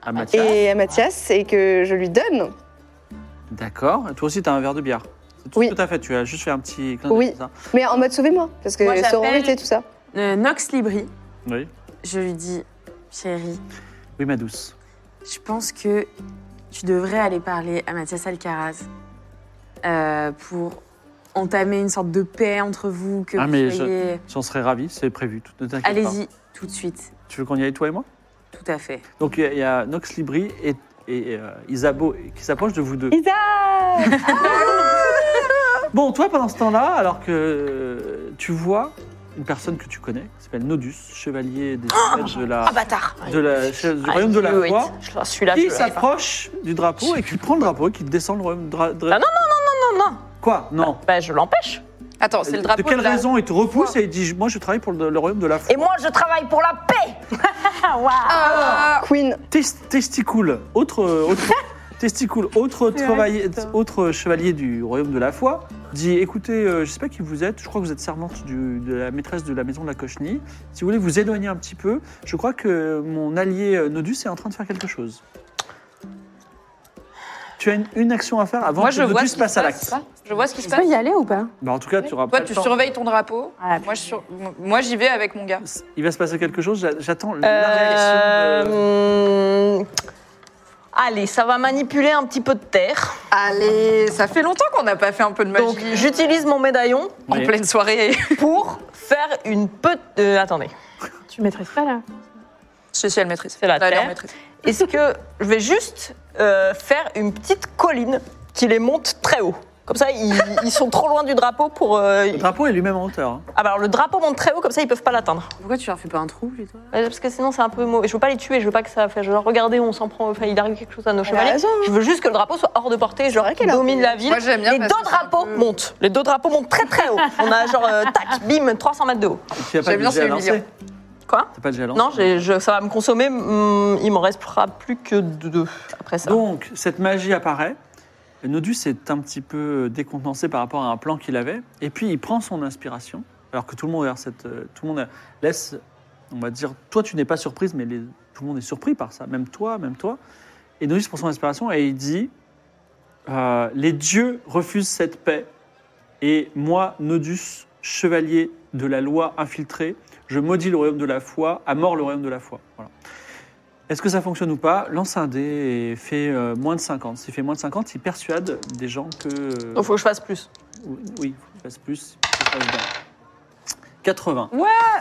Speaker 1: À Mathias.
Speaker 4: et à Mathias et que je lui donne.
Speaker 1: D'accord. Et Toi aussi, tu as un verre de bière. C'est tout
Speaker 4: Oui.
Speaker 1: ce que tu as fait. Tu as juste fait un petit clin d'œil
Speaker 4: Oui.
Speaker 1: comme ça.
Speaker 4: Mais en mode sauvez-moi, parce que
Speaker 7: Moi, j'appelle-
Speaker 4: sororité, tout ça.
Speaker 7: Euh, Nox Libri,
Speaker 1: Oui.
Speaker 7: je lui dis, chérie,
Speaker 1: Oui, ma douce.
Speaker 7: je pense que tu devrais aller parler à Mathias Alcaraz euh, pour entamer une sorte de paix entre vous, que
Speaker 1: Ah,
Speaker 7: vous
Speaker 1: mais je-
Speaker 7: soyez...
Speaker 1: J'en serais ravi. C'est prévu. Tout- Ne t'inquiète pas.
Speaker 7: Allez-y, tout de suite,
Speaker 1: Tu veux qu'on y aille, toi et moi
Speaker 7: tout à fait.
Speaker 1: Donc, il y a- il y, a Nox Libri et, et, euh, Isabeau qui s'approchent de vous deux.
Speaker 4: Isa
Speaker 1: Bon, toi, pendant ce temps-là, alors que euh, tu vois une personne que tu connais, qui s'appelle Nodus, chevalier des de la,
Speaker 3: Ah, bâtard
Speaker 1: de la, du royaume de la
Speaker 6: I knew it.
Speaker 1: foi,
Speaker 6: Ah, Je- Celui-là, je
Speaker 1: qui
Speaker 6: le savais pas.
Speaker 1: s'approche du drapeau et qui prend le drapeau et qui descend le royaume de la
Speaker 6: Ah non, Non, non,
Speaker 1: Quoi Non.
Speaker 6: bah, je l'empêche.
Speaker 3: Attends, c'est le drapeau
Speaker 1: de quelle
Speaker 3: la-
Speaker 1: raison il te repousse et il dit Moi, je travaille pour le, le royaume de la foi.
Speaker 6: Et moi, je travaille pour la paix
Speaker 3: Ah,
Speaker 4: Queen,
Speaker 1: Test- testicule, autre, autre testicule, autre, travail- autre chevalier du royaume de la foi, dit Écoutez, euh, je sais pas qui vous êtes, je crois que vous êtes servante du- de la maîtresse de la maison de la cochenille. Si vous voulez vous éloigner un petit peu, je crois que mon allié euh, Nodus est en train de faire quelque chose. Tu as une, une action à faire avant
Speaker 3: Moi,
Speaker 1: que
Speaker 3: je vois
Speaker 1: Nodus
Speaker 3: ce qui
Speaker 1: passe à
Speaker 3: se
Speaker 1: l'acte.
Speaker 3: passe. je vois ce qui se
Speaker 5: je peux
Speaker 3: passe.
Speaker 5: y aller ou pas
Speaker 1: Bah, en tout cas, tu auras
Speaker 3: Toi,
Speaker 1: pas
Speaker 3: tu
Speaker 1: le temps.
Speaker 3: surveilles ton drapeau.
Speaker 5: Ah,
Speaker 3: Moi, je sur- Moi, j'y vais avec mon gars.
Speaker 1: Il va se passer quelque chose, j'a- j'attends la réaction. de-
Speaker 6: Euh, hum, Allez, ça va manipuler un petit peu de terre.
Speaker 3: Allez, ça fait longtemps qu'on n'a pas fait un peu de magie.
Speaker 6: Donc, j'utilise mon médaillon
Speaker 3: en
Speaker 1: Oui.
Speaker 3: pleine soirée.
Speaker 6: pour faire une petite... attendez.
Speaker 5: Tu maîtrises pas là
Speaker 3: Si, si, elle maîtrise.
Speaker 6: C'est la
Speaker 3: Là, elle est en
Speaker 6: terre.
Speaker 3: maîtrise.
Speaker 6: Est-ce que je vais juste euh, faire une petite colline qui les monte très haut Comme ça, ils, ils sont trop loin du drapeau pour... euh,
Speaker 1: Le drapeau est lui-même en hauteur. hein.
Speaker 6: Ah bah alors, le drapeau monte très haut, comme ça, ils peuvent pas l'atteindre.
Speaker 7: Pourquoi tu leur fais pas un trou, plutôt
Speaker 6: Ouais, Parce que sinon, c'est un peu mauvais. Je veux pas les tuer, je veux pas que ça fasse genre, regardez, on s'en prend, enfin, il arrive quelque chose à nos
Speaker 4: elle a
Speaker 6: chevaliers.
Speaker 4: raison.
Speaker 6: Je veux juste que le drapeau soit hors de portée, genre
Speaker 4: vrai
Speaker 6: qu'il
Speaker 4: qu'elle a-
Speaker 6: domine la ville.
Speaker 3: Moi, j'aime bien
Speaker 6: Les
Speaker 3: parce
Speaker 6: deux
Speaker 3: que c'est un
Speaker 6: drapeaux
Speaker 3: peu-
Speaker 6: montent. Les deux drapeaux montent très très haut. On a genre, euh, tac, bim, 300 mètres de haut.
Speaker 1: Tu n'as pas
Speaker 3: J'aime bien,
Speaker 1: déjà
Speaker 3: c'est
Speaker 1: lancé
Speaker 3: humiliant.
Speaker 6: Quoi
Speaker 1: T'as pas déjà lancé
Speaker 6: Non, j'ai- je- ça va me consommer. hum, il m'en restera plus que deux après ça.
Speaker 1: Donc, cette magie apparaît. Nodus est un petit peu décontenancé par rapport à un plan qu'il avait. Et puis, il prend son inspiration. Alors que tout le monde, a cette, euh, tout le monde laisse, on va dire, toi, tu n'es pas surprise, mais les- tout le monde est surpris par ça. Même toi, même toi. Et Nodus prend son inspiration et il dit euh, Les dieux refusent cette paix. Et moi, Nodus, chevalier de la loi infiltré, je maudis le royaume de la foi, à mort le royaume de la foi. Voilà. Est-ce que ça fonctionne ou pas Lance un dé et fait euh, moins de 50. S'il fait moins de 50, il persuade des gens que. euh,
Speaker 6: Il faut que je fasse plus.
Speaker 1: oui, oui, faut qu'il fasse plus. faut qu'il fasse bien. 80.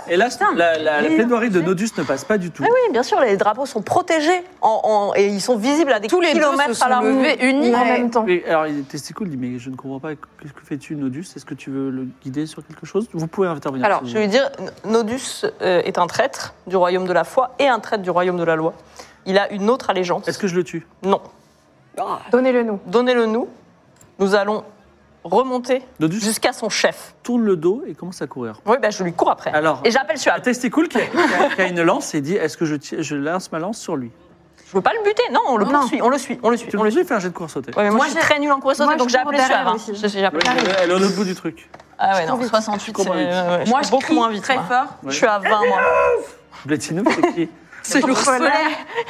Speaker 1: et là, la, la- la
Speaker 6: mais-
Speaker 1: plaidoirie de Nodus ne passe pas du tout.
Speaker 6: Ah oui, bien sûr, les drapeaux sont protégés en- en- et ils sont visibles à des
Speaker 3: Tous les deux
Speaker 6: kilomètres
Speaker 3: se sont
Speaker 6: à la
Speaker 3: levés unis.
Speaker 5: En même
Speaker 6: Ah.
Speaker 5: temps.
Speaker 1: Oui, alors, il était cool, il dit Mais je ne comprends pas, qu'est-ce que fais-tu, Nodus Est-ce que tu veux le guider sur quelque chose Vous pouvez intervenir.
Speaker 3: Alors,
Speaker 1: si vous
Speaker 6: Je vais lui dire, Nodus euh, est un traître du royaume de la foi et un traître du royaume de la loi. Il a une autre allégeance.
Speaker 1: Est-ce que je le tue
Speaker 6: Non.
Speaker 5: Donnez-le nous.
Speaker 6: Donnez-le nous. Nous allons remonter
Speaker 1: Nodus
Speaker 6: jusqu'à son chef.
Speaker 1: tourne le dos et commence à courir.
Speaker 6: Oui, ben, je lui cours après.
Speaker 1: Alors-
Speaker 6: et j'appelle
Speaker 1: Ah,
Speaker 6: Suave.
Speaker 1: Testicool qui a, qui a- qui a une lance et dit Est-ce que je, tire- je lance ma lance sur lui
Speaker 6: Je veux pas le buter. Non, on le
Speaker 5: Non.
Speaker 6: poursuit, on le suit, on le suit,
Speaker 1: Tu
Speaker 6: on
Speaker 1: veux
Speaker 6: le suit.
Speaker 1: fait un jet de course sauter
Speaker 6: Ouais, mais moi,
Speaker 5: Moi,
Speaker 6: je suis
Speaker 5: j'ai-
Speaker 6: très nulle en course
Speaker 5: moi,
Speaker 6: donc
Speaker 5: je
Speaker 6: j'ai
Speaker 5: cours
Speaker 6: appelé Suave.
Speaker 5: derrière
Speaker 6: hein.
Speaker 5: aussi.
Speaker 6: Je- j'ai appelé-
Speaker 1: Elle est au bout du truc.
Speaker 6: Ah ouais, non,
Speaker 4: vite.
Speaker 6: 68, c'est euh,
Speaker 1: comprends vite.
Speaker 6: ouais, ouais,
Speaker 7: Moi,
Speaker 6: je
Speaker 7: je
Speaker 6: suis beaucoup
Speaker 7: crie
Speaker 6: moins vite.
Speaker 7: très
Speaker 6: moi.
Speaker 7: fort.
Speaker 6: Je suis à 20, moi.
Speaker 1: Blétinouf, c'est qui
Speaker 6: C'est
Speaker 7: Pour Solaire,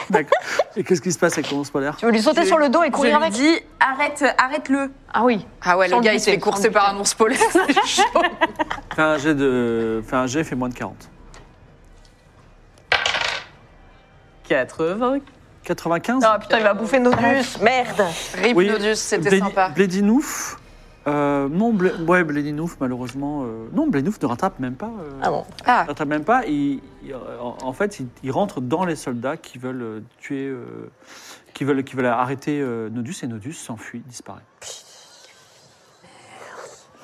Speaker 1: D'accord. Et qu'est-ce qui se passe avec mon spoiler
Speaker 3: Tu veux lui sauter sur le dos et
Speaker 7: Je
Speaker 3: courir
Speaker 7: lui
Speaker 3: avec
Speaker 7: dis, arrête, arrête-le.
Speaker 3: Ah oui.
Speaker 7: Ah ouais,
Speaker 3: le gars, il se fait courser par un
Speaker 7: ours polaire.
Speaker 1: Fais un jet de. Fais un jet, fais moins de 40.
Speaker 6: 80.
Speaker 1: 95
Speaker 6: Ah putain, il va bouffer nos bus. Merde.
Speaker 3: Rip
Speaker 1: Oui.
Speaker 3: Nodus, c'était
Speaker 1: Blédi-
Speaker 3: sympa.
Speaker 1: Blédinouf. euh, non, Blé- ouais, Blédinouf, malheureusement. euh, Non, Blédinouf ne rattrape même pas. euh,
Speaker 6: Ah bon.
Speaker 1: ne rattrape même pas. Il, il- en en fait, il, il rentre dans les soldats qui veulent euh, tuer. euh, qui, veulent, qui veulent arrêter euh, Nodus et Nodus s'enfuit, disparaît.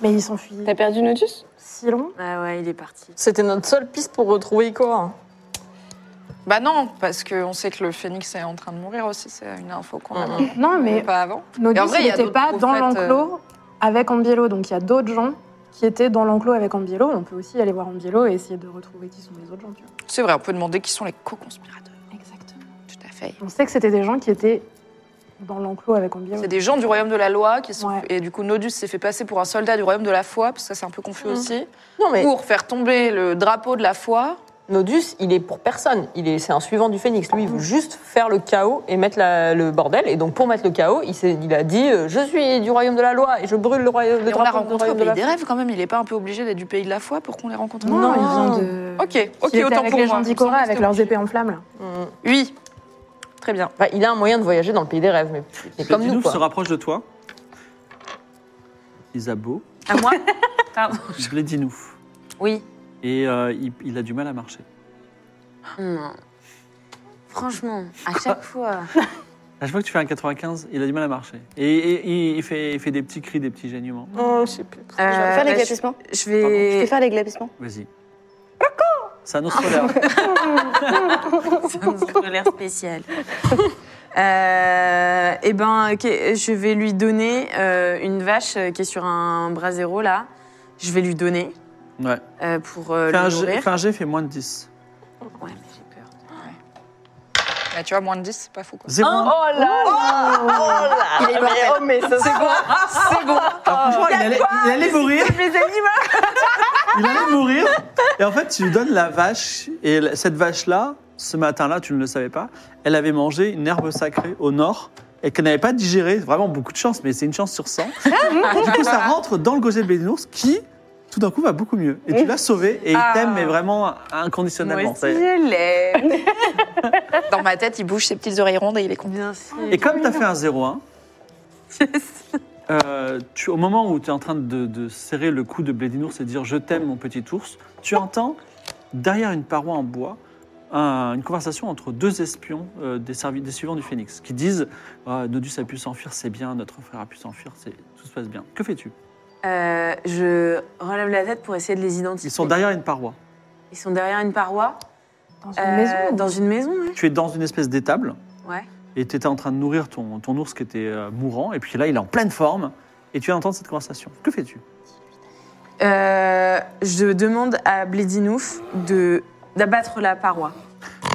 Speaker 5: Mais il s'enfuit
Speaker 4: T'as perdu Nodus
Speaker 5: si long.
Speaker 7: Ah ouais, il est parti.
Speaker 6: C'était notre seule piste pour retrouver hein. Ikora.
Speaker 3: Bah non, parce qu'on sait que le phénix est en train de mourir aussi, c'est une info qu'on a.
Speaker 6: Mhm.
Speaker 5: Non, mais
Speaker 3: pas avant. Et
Speaker 5: Nodus
Speaker 3: en vrai, il y a
Speaker 5: n'était
Speaker 3: d'autres
Speaker 5: pas dans
Speaker 3: prophètes, euh,
Speaker 5: l'enclos avec Ambiello, donc il y a d'autres gens qui étaient dans l'enclos avec Ambiello. On peut aussi aller voir Ambiello et essayer de retrouver qui sont les autres gens. Tu vois.
Speaker 3: C'est vrai, on peut demander qui sont les co-conspirateurs.
Speaker 5: Exactement.
Speaker 3: Tout à fait.
Speaker 5: On sait que c'était des gens qui étaient dans l'enclos avec Ambiello.
Speaker 3: C'est des gens du royaume de la loi qui sont.
Speaker 5: Ouais.
Speaker 3: Et du coup, Nodus s'est fait passer pour un soldat du royaume de la foi, parce que ça, c'est un peu confus
Speaker 6: Mhm.
Speaker 3: aussi.
Speaker 6: Non, mais
Speaker 3: Pour faire tomber le drapeau de la foi.
Speaker 6: Nodus, il est pour personne. Il est, c'est un suivant du Phénix. Lui, il veut juste faire le chaos et mettre la- le bordel. Et donc, pour mettre le chaos, il, s'est- il a dit euh, Je suis du royaume de la loi et je brûle le royaume le
Speaker 3: Et on l'a
Speaker 6: drapeau du
Speaker 3: rencontré au
Speaker 6: royaume de
Speaker 3: pays
Speaker 6: la
Speaker 3: des rêves quand même, il est pas un peu obligé d'être du pays de la foi pour qu'on les rencontre
Speaker 5: Non,
Speaker 6: Non.
Speaker 5: il vient de.
Speaker 3: Ok, ok,
Speaker 5: Il était
Speaker 3: autant
Speaker 5: avec
Speaker 3: pour
Speaker 5: les
Speaker 3: moi.
Speaker 5: gens
Speaker 3: Il me
Speaker 5: d'Ikora
Speaker 3: semblait que
Speaker 5: avec
Speaker 3: c'était
Speaker 5: leurs
Speaker 3: obligé.
Speaker 5: épées en flammes. là.
Speaker 6: Mmh.
Speaker 3: Oui, très bien.
Speaker 6: Enfin, Bah, il a un moyen de voyager dans le pays des rêves, mais mais comme nous,
Speaker 1: Blédinouf
Speaker 6: quoi.
Speaker 1: se rapproche de toi. Isabeau.
Speaker 7: À moi
Speaker 1: Blédinouf.
Speaker 7: Oui.
Speaker 1: Et euh, il, il a du mal à marcher.
Speaker 7: Non. Franchement, à chaque fois.
Speaker 1: À chaque fois que tu fais un 95, il a du mal à marcher. Et, et- et il, fait, il fait des petits cris, des petits gémissements.
Speaker 6: Oh, je sais plus.
Speaker 4: Je vais faire
Speaker 7: Euh,
Speaker 4: les
Speaker 7: bah, je-
Speaker 4: glatissements.
Speaker 7: Je
Speaker 4: Je
Speaker 7: vais.
Speaker 4: vais faire les glatissements.
Speaker 1: Vas-y. C'est un autre
Speaker 7: Ah,
Speaker 1: solaire.
Speaker 7: C'est un scolaire spécial. Euh, eh ben, ok, je vais lui donner euh, une vache euh, qui est sur un brasero là. Je vais lui donner
Speaker 1: Ouais.
Speaker 7: euh, pour euh,
Speaker 1: Fais un,
Speaker 7: le
Speaker 1: G,
Speaker 7: nourrir.
Speaker 1: fais un G, fais moins de 10.
Speaker 7: Ouais, mais j'ai peur.
Speaker 3: Bah, tu vois, moins de 10, c'est pas fou quoi.
Speaker 1: Zéro. hein.
Speaker 6: Oh là là Oh là
Speaker 3: Il est
Speaker 6: Mais
Speaker 3: mortel.
Speaker 6: oh, mais ça, c'est bon
Speaker 3: C'est bon
Speaker 1: Alors,
Speaker 7: oh,
Speaker 1: franchement, il allait, il allait mourir. Il allait mourir. Et en fait, tu lui donnes la vache. Et la- cette vache-là, ce matin-là, tu ne le savais pas, elle avait mangé une herbe sacrée au nord et qu'elle n'avait pas digéré. Vraiment beaucoup de chance, mais c'est une chance sur 100. du coup, ça rentre dans le gosier de Bédinours qui, tout d'un coup, va beaucoup mieux. Et tu l'as sauvé et il
Speaker 7: Ah.
Speaker 1: t'aime, mais vraiment
Speaker 7: Moi
Speaker 1: inconditionnellement.
Speaker 7: aussi,
Speaker 1: C'est-
Speaker 7: je l'ai.
Speaker 3: Dans ma tête, il bouge ses petites oreilles rondes et il est content.
Speaker 1: Et comme tu as fait un 0-1, euh, tu- au moment où tu es en train de, de serrer le cou de Blédinours et dire Je t'aime, mon petit ours, tu entends derrière une paroi en bois un- une conversation entre deux espions euh, des, servi- des suivants du phénix qui disent Ah, Nodus a pu s'enfuir, c'est bien, notre frère a pu s'enfuir, c'est- tout se passe bien. Que fais-tu
Speaker 7: Euh, je relève la tête pour essayer de les identifier.
Speaker 1: Ils sont derrière une paroi.
Speaker 7: Ils sont derrière une paroi.
Speaker 5: Dans une
Speaker 7: euh,
Speaker 5: maison.
Speaker 7: Dans une maison, ouais.
Speaker 1: Tu es dans une espèce d'étable
Speaker 7: Ouais.
Speaker 1: et tu étais en train de nourrir ton, ton ours qui était euh, mourant, et puis là, il est en pleine forme. Et tu entends cette conversation. Que fais-tu
Speaker 7: Euh, je demande à Blédinouf de d'abattre la paroi.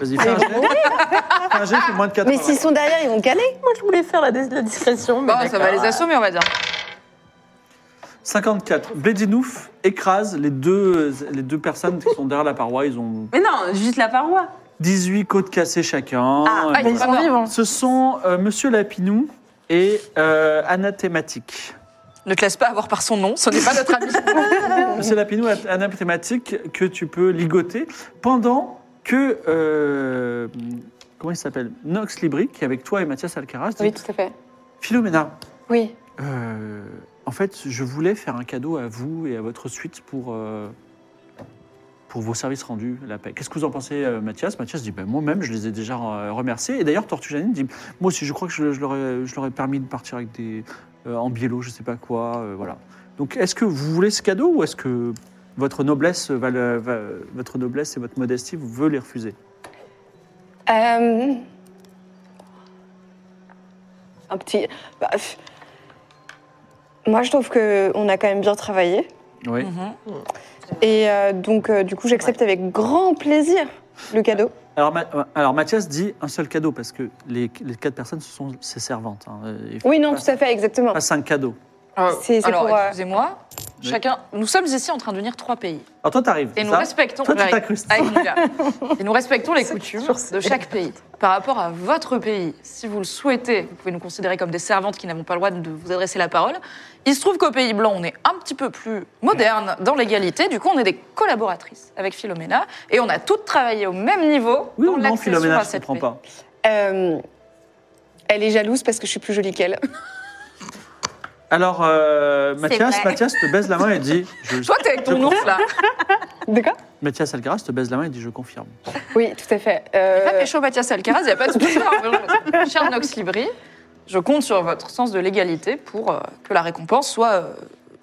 Speaker 1: Vas-y, fais un jet. Fais un jet, fais moins de 4
Speaker 4: Mais s'ils sont derrière, ils vont caler.
Speaker 6: Moi, je voulais faire la, dis- la discrétion, mais.
Speaker 3: Bon, ça va les assommer, on va dire.
Speaker 1: 54. Blédinouf écrase les deux, les deux personnes qui sont derrière la paroi. Ils ont
Speaker 7: Mais non, juste la paroi.
Speaker 1: 18 côtes cassées chacun.
Speaker 7: Ah,
Speaker 3: ah,
Speaker 1: Et
Speaker 5: Mais ils
Speaker 1: voilà.
Speaker 5: sont vivants.
Speaker 1: Ce sont euh, Monsieur Lapinou et euh, Anathématique.
Speaker 3: Ne te laisse pas avoir par son nom, ce n'est pas notre ami.
Speaker 1: Monsieur Lapinou, a- Anathématique, que tu peux ligoter pendant que. euh, comment il s'appelle Nox Libri, qui est avec toi et Mathias Alcaraz, dit
Speaker 4: Oui, tout à fait.
Speaker 1: Philomena,
Speaker 4: Oui.
Speaker 1: Euh, en fait, je voulais faire un cadeau à vous et à votre suite pour, euh, pour vos services rendus, la paix. Qu'est-ce que vous en pensez, euh, Mathias Mathias dit, ben, moi-même, je les ai déjà euh, remerciés. Et d'ailleurs, Tortuganine dit, moi aussi, je crois que je, je leur, ai, je leur ai permis de partir avec des, euh, en biélo, je sais pas quoi. euh, voilà. Donc, est-ce que vous voulez ce cadeau ou est-ce que votre noblesse, va le- va- votre noblesse et votre modestie vous veut les refuser
Speaker 4: Euh, Un petit. bah, pff. Moi, je trouve que on a quand même bien travaillé.
Speaker 1: Oui.
Speaker 3: Mhm.
Speaker 4: Et euh, donc, euh, du coup, j'accepte avec grand plaisir le cadeau.
Speaker 1: Alors, Ma- euh, alors, Mathias dit un seul cadeau parce que les, les quatre personnes, ce sont ses servantes. hein, et-
Speaker 4: Oui, non, tout à fait, exactement.
Speaker 1: Pas cinq cadeaux.
Speaker 6: Ah.
Speaker 3: Euh,
Speaker 4: C'est- c'est
Speaker 3: Ah, alors,
Speaker 4: pour, euh,
Speaker 3: excusez-moi.
Speaker 1: Oui.
Speaker 3: Chacun, nous sommes ici en train d'unir trois pays
Speaker 1: Alors toi, t'arrives.
Speaker 3: et
Speaker 1: c'est
Speaker 3: nous
Speaker 1: ça
Speaker 3: respectons
Speaker 1: Toi, tu
Speaker 3: Ouais,
Speaker 1: t'incrustes.
Speaker 3: avec Mika. et nous respectons les
Speaker 2: C'est
Speaker 3: coutumes
Speaker 2: toujours ça.
Speaker 3: de chaque pays. Par rapport à votre pays, si vous le souhaitez, vous pouvez nous considérer comme des servantes qui n'avons pas le droit de vous adresser la parole. Il se trouve qu'au Pays Blanc, on est un petit peu plus moderne dans l'égalité. Du coup, on est des collaboratrices avec Philomena et on a toutes travaillé au même niveau
Speaker 1: Oui
Speaker 3: dans
Speaker 1: ou non,
Speaker 3: l'accession à
Speaker 1: Philomena, je
Speaker 3: cette
Speaker 1: comprends
Speaker 3: paix.
Speaker 1: pas.
Speaker 4: Euh, elle est jalouse parce que je suis plus jolie qu'elle.
Speaker 1: Alors, euh, Mathias,
Speaker 3: vrai.
Speaker 1: Mathias te baise la main et dit... Je...
Speaker 3: Toi, t'es avec ton ours là.
Speaker 4: D'accord
Speaker 1: Mathias Alcaraz te baise la main et dit je confirme.
Speaker 4: Oui, tout à fait. Euh,
Speaker 3: Pas pécho Mathias Alcaraz, il n'y a pas de souci. Cher Nox Libri, je compte sur votre sens de l'égalité pour euh, que la récompense soit euh,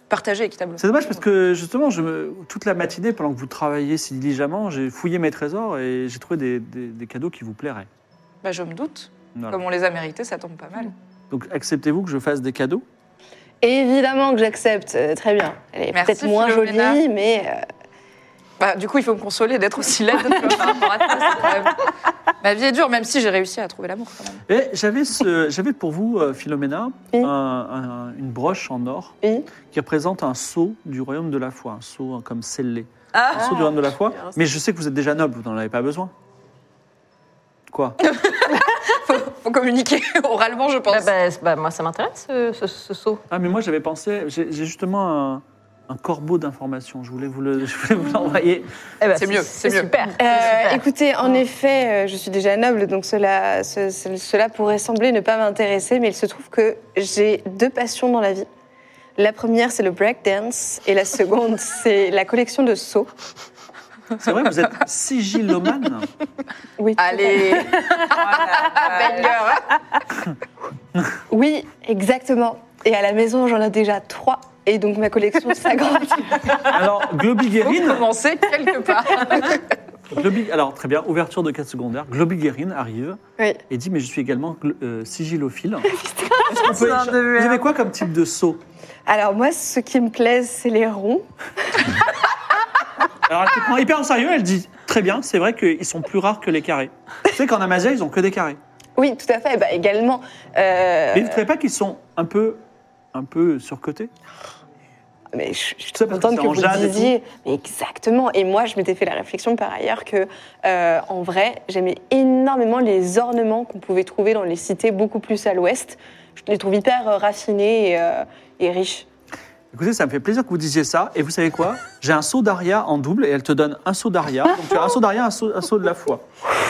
Speaker 3: partagée équitablement.
Speaker 1: C'est dommage parce que justement, je me- toute la matinée, pendant que vous travaillez si diligemment, j'ai fouillé mes trésors et j'ai trouvé des, des- des cadeaux qui vous plairaient.
Speaker 3: Bah, je me doute,
Speaker 1: Voilà.
Speaker 3: comme on les a mérités, ça tombe pas mal.
Speaker 1: Donc acceptez-vous que je fasse des cadeaux
Speaker 4: Évidemment que j'accepte. Euh, très bien. Elle est
Speaker 3: Merci,
Speaker 4: peut-être moins
Speaker 3: Philomena.
Speaker 4: jolie, mais euh,
Speaker 3: Bah, du coup, il faut me consoler d'être aussi laide que par rapport à toi, c'est quand même- Ma vie est dure, même si j'ai réussi à trouver l'amour quand même.
Speaker 1: Et Eh, j'avais, ce- j'avais pour vous, euh, Philomena,
Speaker 4: Oui.
Speaker 1: un- un- une broche en or
Speaker 4: Oui.
Speaker 1: qui représente un sceau du royaume de la foi, un sceau comme scellé.
Speaker 6: Ah.
Speaker 1: un sceau du royaume de la foi.
Speaker 4: Ah,
Speaker 6: bien, ça.
Speaker 1: Mais je sais que vous êtes déjà noble, vous n'en avez pas besoin. Quoi
Speaker 3: Faut, faut communiquer oralement, je pense.
Speaker 6: Bah, bah, c'est- bah, moi, ça m'intéresse, ce, ce- ce saut.
Speaker 1: Ah, mais moi j'avais pensé, j'ai, j'ai justement un, un corbeau d'informations, je voulais vous, le, je voulais vous l'envoyer.
Speaker 6: Eh ben,
Speaker 3: C'est mieux, c'est mieux.
Speaker 6: super.
Speaker 4: euh,
Speaker 6: super.
Speaker 4: écoutez, en effet, euh, je suis déjà noble, donc cela, ce- ce- cela pourrait sembler ne pas m'intéresser, mais il se trouve que j'ai deux passions dans la vie. La première, c'est le breakdance, et la seconde, c'est la collection de seaux.
Speaker 1: C'est vrai, vous êtes sigillomane.
Speaker 4: Oui, tout à fait.
Speaker 3: Allez, banger.
Speaker 4: Oui, exactement. Et à la maison, j'en ai déjà trois. Et donc ma collection s'agrandit.
Speaker 1: Alors,
Speaker 3: Faut
Speaker 1: Globiguerine,
Speaker 3: commencer quelque part.
Speaker 1: Globi- alors très bien, ouverture de 4 secondaires. Globiguerine arrive
Speaker 4: Oui.
Speaker 1: et dit Mais je suis également gl- euh, sigilophile.
Speaker 2: On
Speaker 1: Vous
Speaker 2: peut-
Speaker 1: avez- vous avez quoi comme type de sceau
Speaker 4: Alors moi, ce qui me plaise, c'est les ronds.
Speaker 1: Alors elle te prend hyper au sérieux, elle dit Très bien, c'est vrai qu'ils sont plus rares que les carrés. Tu sais qu'en Amazia, ils ont que des carrés.
Speaker 4: Oui, tout à fait. Bah, également. euh,
Speaker 1: Mais vous ne trouvez pas qu'ils sont un peu, un peu surcotés
Speaker 4: Mais je, je suis
Speaker 1: Ça,
Speaker 4: très
Speaker 1: parce que
Speaker 4: contente
Speaker 1: c'est
Speaker 4: que,
Speaker 1: en
Speaker 4: vous
Speaker 1: jade et
Speaker 4: le disiez. Mais exactement. Et moi, je m'étais fait la réflexion par ailleurs que, euh, en vrai, j'aimais énormément les ornements qu'on pouvait trouver dans les cités beaucoup plus à l'ouest. Je les trouve hyper euh, raffinés et, euh, et riches.
Speaker 1: Écoutez, ça me fait plaisir que vous disiez ça. Et vous savez quoi J'ai un seau d'aria en double et elle te donne un seau d'aria. Donc tu as un seau d'aria, un seau, un seau de la foi.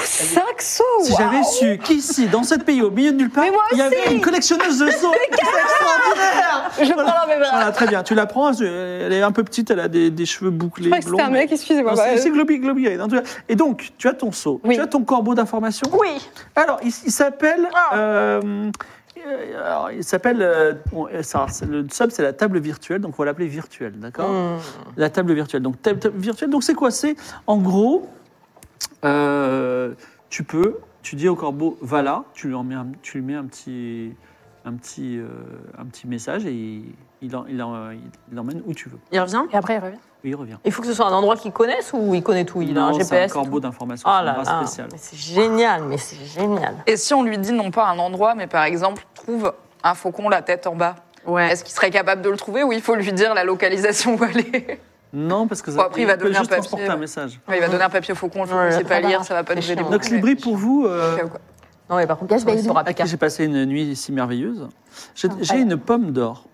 Speaker 4: Cinq sous
Speaker 1: Si j'avais su qu'ici, dans ce pays, au milieu de nulle part,
Speaker 4: Mais moi
Speaker 1: il y avait
Speaker 4: aussi
Speaker 1: une collectionneuse de seaux, c'est extraordinaire
Speaker 4: Je le prends dans mes bras.
Speaker 1: Voilà, très bien. Tu la prends, elle est un peu petite, elle a des, des cheveux bouclés.
Speaker 4: Je crois que c'était un
Speaker 1: blonds.
Speaker 4: mec, excusez-moi.
Speaker 1: Non,
Speaker 4: Bah,
Speaker 1: c'est c'est Globi, Globi. en tout cas. Et donc, tu as ton seau,
Speaker 4: Oui.
Speaker 1: tu as ton corbeau d'information.
Speaker 6: Oui.
Speaker 1: Alors, il, il s'appelle.
Speaker 4: Ah.
Speaker 1: euh, euh, alors, il s'appelle. euh, on- ça, c'est- le sub, c'est la table virtuelle, donc on va l'appeler virtuelle, d'accord
Speaker 4: Mm.
Speaker 6: Hmm.
Speaker 1: La table virtuelle. Donc, table, table virtuelle, donc c'est quoi C'est en gros, euh, tu peux, tu dis au corbeau, va là, tu lui, en mets un, tu lui mets un petit. Un petit, euh, un petit message et il, il, en- il en- il l'emmène où tu veux.
Speaker 7: Il revient
Speaker 5: Et après, il revient.
Speaker 1: Et il revient.
Speaker 6: Il faut que ce soit un endroit qu'il connaisse ou il connaît tout Il a un
Speaker 1: Non, c'est un
Speaker 6: GPS. et
Speaker 1: corbeau
Speaker 6: tout
Speaker 1: d'information,
Speaker 6: Ah
Speaker 1: c'est
Speaker 6: là
Speaker 1: une race
Speaker 6: là.
Speaker 1: spéciale.
Speaker 6: Mais C'est génial, mais c'est génial.
Speaker 3: Et si on lui dit non pas un endroit, mais par exemple, trouve un faucon la tête en bas,
Speaker 7: Ouais.
Speaker 3: est-ce qu'il serait capable de le trouver ou il faut lui dire la localisation où aller
Speaker 1: Non, parce que ça,
Speaker 3: Bon, après, il va
Speaker 1: peut
Speaker 3: donner un
Speaker 1: juste
Speaker 3: papier,
Speaker 1: transporter un
Speaker 3: ouais.
Speaker 1: message.
Speaker 3: Ouais, Il va donner un papier au faucon, je ne
Speaker 6: Ouais,
Speaker 3: sais pas
Speaker 6: ça va,
Speaker 3: lire, ça va pas nous
Speaker 6: c'est
Speaker 3: aider
Speaker 6: chiant.
Speaker 3: beaucoup.
Speaker 1: Donc, Libri, pour vous, euh,
Speaker 3: mais- Au cas où, quoi.
Speaker 6: Non, mais par contre,
Speaker 5: Yes,
Speaker 6: il
Speaker 5: baby.
Speaker 6: sera
Speaker 1: à qui
Speaker 6: pire.
Speaker 1: j'ai passé une nuit si merveilleuse, j'ai j'ai une pomme d'or.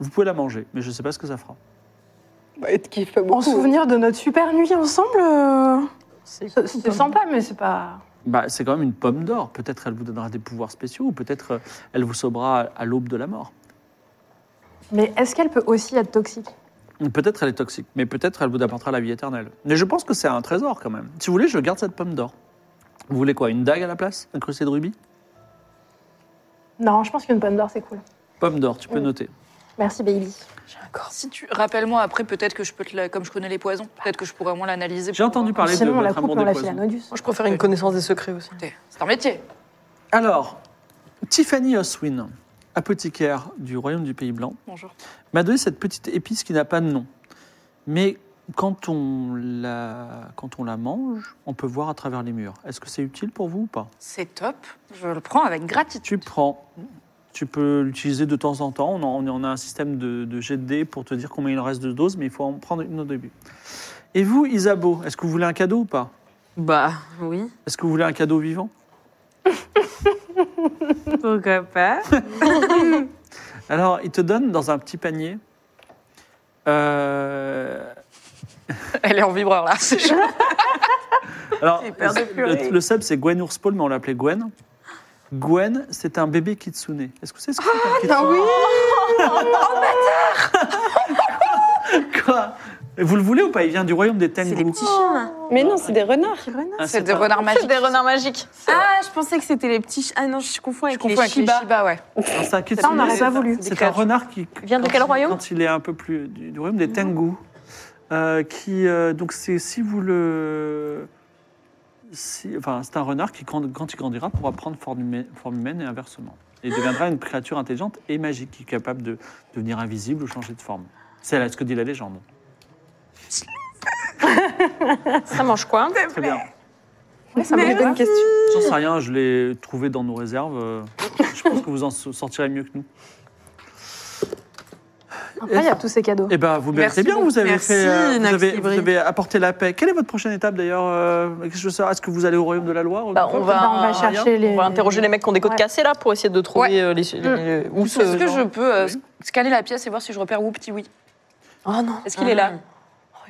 Speaker 1: Vous pouvez la manger, mais je ne sais pas ce que ça fera.
Speaker 4: bah, il te kiffe pas
Speaker 5: En
Speaker 4: beaucoup.
Speaker 5: souvenir de notre super nuit ensemble, euh, c'est- hein. c'est sympa, mais c'est pas.
Speaker 1: Bah, c'est quand même une pomme d'or. Peut-être elle vous donnera des pouvoirs spéciaux, ou peut-être euh, elle vous sauvera à, à l'aube de la mort.
Speaker 5: Mais est-ce qu'elle peut aussi être toxique
Speaker 1: Ou Peut-être elle est toxique, mais peut-être elle vous apportera la vie éternelle. Mais je pense que c'est un trésor quand même. Si vous voulez, je garde cette pomme d'or. Vous voulez quoi Une dague à la place Incrustée de rubis
Speaker 5: Non, je pense qu'une pomme d'or, c'est cool.
Speaker 1: Pomme d'or,
Speaker 5: Mm.
Speaker 1: tu peux noter.
Speaker 5: Merci, baby.
Speaker 3: Si tu rappelle-moi après, peut-être que je peux te la- comme je connais les poisons, peut-être que je pourrais au moins l'analyser.
Speaker 1: J'ai entendu parler de
Speaker 5: Sinon, on la
Speaker 1: votre
Speaker 5: coupe,
Speaker 1: amour
Speaker 5: on
Speaker 1: des
Speaker 5: la file à
Speaker 1: poisons.
Speaker 5: Nodus.
Speaker 6: Moi, je préfère une connaissance des secrets aussi.
Speaker 3: Écoutez, C'est un métier.
Speaker 1: Alors, Tiffany Oswin, apothicaire du royaume du Pays Blanc,
Speaker 3: Bonjour.
Speaker 1: m'a donné cette petite épice qui n'a pas de nom. Mais quand on la, quand on la mange, on peut voir à travers les murs. Est-ce que c'est utile pour vous ou pas
Speaker 3: C'est top. Je le prends avec gratitude.
Speaker 1: Tu prends, Tu peux l'utiliser de temps en temps. On, en- on a un système de, de jet de dés pour te dire combien il reste de doses, mais il faut en prendre une au début. Et vous, Isabeau, est-ce que vous voulez un cadeau ou pas
Speaker 7: Bah oui.
Speaker 1: Est-ce que vous voulez un cadeau vivant
Speaker 7: Pourquoi pas
Speaker 1: Alors, il te donne dans un petit panier. euh,
Speaker 3: Elle est en vibreur là. C'est chaud.
Speaker 1: Alors,
Speaker 2: J'ai peur de pleurer.
Speaker 1: le, le sub, c'est Gwen Ourspaul, mais on l'appelait Gwen. Gwen, c'est un bébé kitsune. Est-ce que c'est ce que c'est Ah oui Quoi Vous le voulez ou pas Il vient du royaume des Tengu.
Speaker 7: C'est les petits chiens. là.
Speaker 4: Mais non, c'est des renards.
Speaker 1: Ah,
Speaker 3: C'est des
Speaker 1: pas-
Speaker 3: renards magiques.
Speaker 6: Des renards magiques.
Speaker 7: Ah, je pensais que c'était les petits. chi- Ah non, je confonds
Speaker 3: Je
Speaker 7: avec les
Speaker 3: confonds avec les
Speaker 7: Shiba.
Speaker 3: Shiba, ouais.
Speaker 1: Alors, C'est un kitsune.
Speaker 5: Ça, on n'aurait pas
Speaker 1: c'est-
Speaker 5: voulu.
Speaker 1: C'est un renard qui.
Speaker 6: Il vient de
Speaker 1: quand
Speaker 6: quel
Speaker 1: il-
Speaker 6: royaume Mhm.
Speaker 1: Quand il est un peu plus. du, du royaume des Tengu. Euh, qui, euh, donc, c'est si vous le. si- enfin, c'est un renard qui, quand, quand il grandira, pourra prendre forme humaine, forme humaine et inversement. Et deviendra une créature intelligente et magique, qui est capable de devenir invisible ou changer de forme. C'est là ce que dit la légende.
Speaker 6: Ça mange quoi
Speaker 1: Très bien.
Speaker 5: Ouais, ça me pose bonne question.
Speaker 1: J'en sais rien, je l'ai trouvé dans nos réserves. euh, Je pense que vous en so- sortirez mieux que nous.
Speaker 5: Après, il y a tous ces cadeaux.
Speaker 1: Eh bien, vous méritez
Speaker 7: Merci
Speaker 1: bien, vous avez,
Speaker 7: beaucoup.
Speaker 1: fait, euh,
Speaker 7: Merci,
Speaker 1: vous, avez,
Speaker 7: Naxi
Speaker 1: vous
Speaker 7: Brie.
Speaker 1: avez apporté la paix. Quelle est votre prochaine étape d'ailleurs euh, qu'est-ce que je sais Est-ce que vous allez au royaume de la Loire
Speaker 6: Bah, on, va,
Speaker 5: Bah, on va chercher les-
Speaker 6: on va interroger les mecs qui ont des côtes
Speaker 5: Ouais.
Speaker 6: cassées là pour essayer de trouver
Speaker 3: Ouais.
Speaker 6: euh, les, les- où ce
Speaker 3: Est-ce que
Speaker 6: genre-
Speaker 3: je peux euh, scanner la pièce et voir si je repère Whoopty Oui
Speaker 6: Oh non.
Speaker 3: Est-ce qu'il est là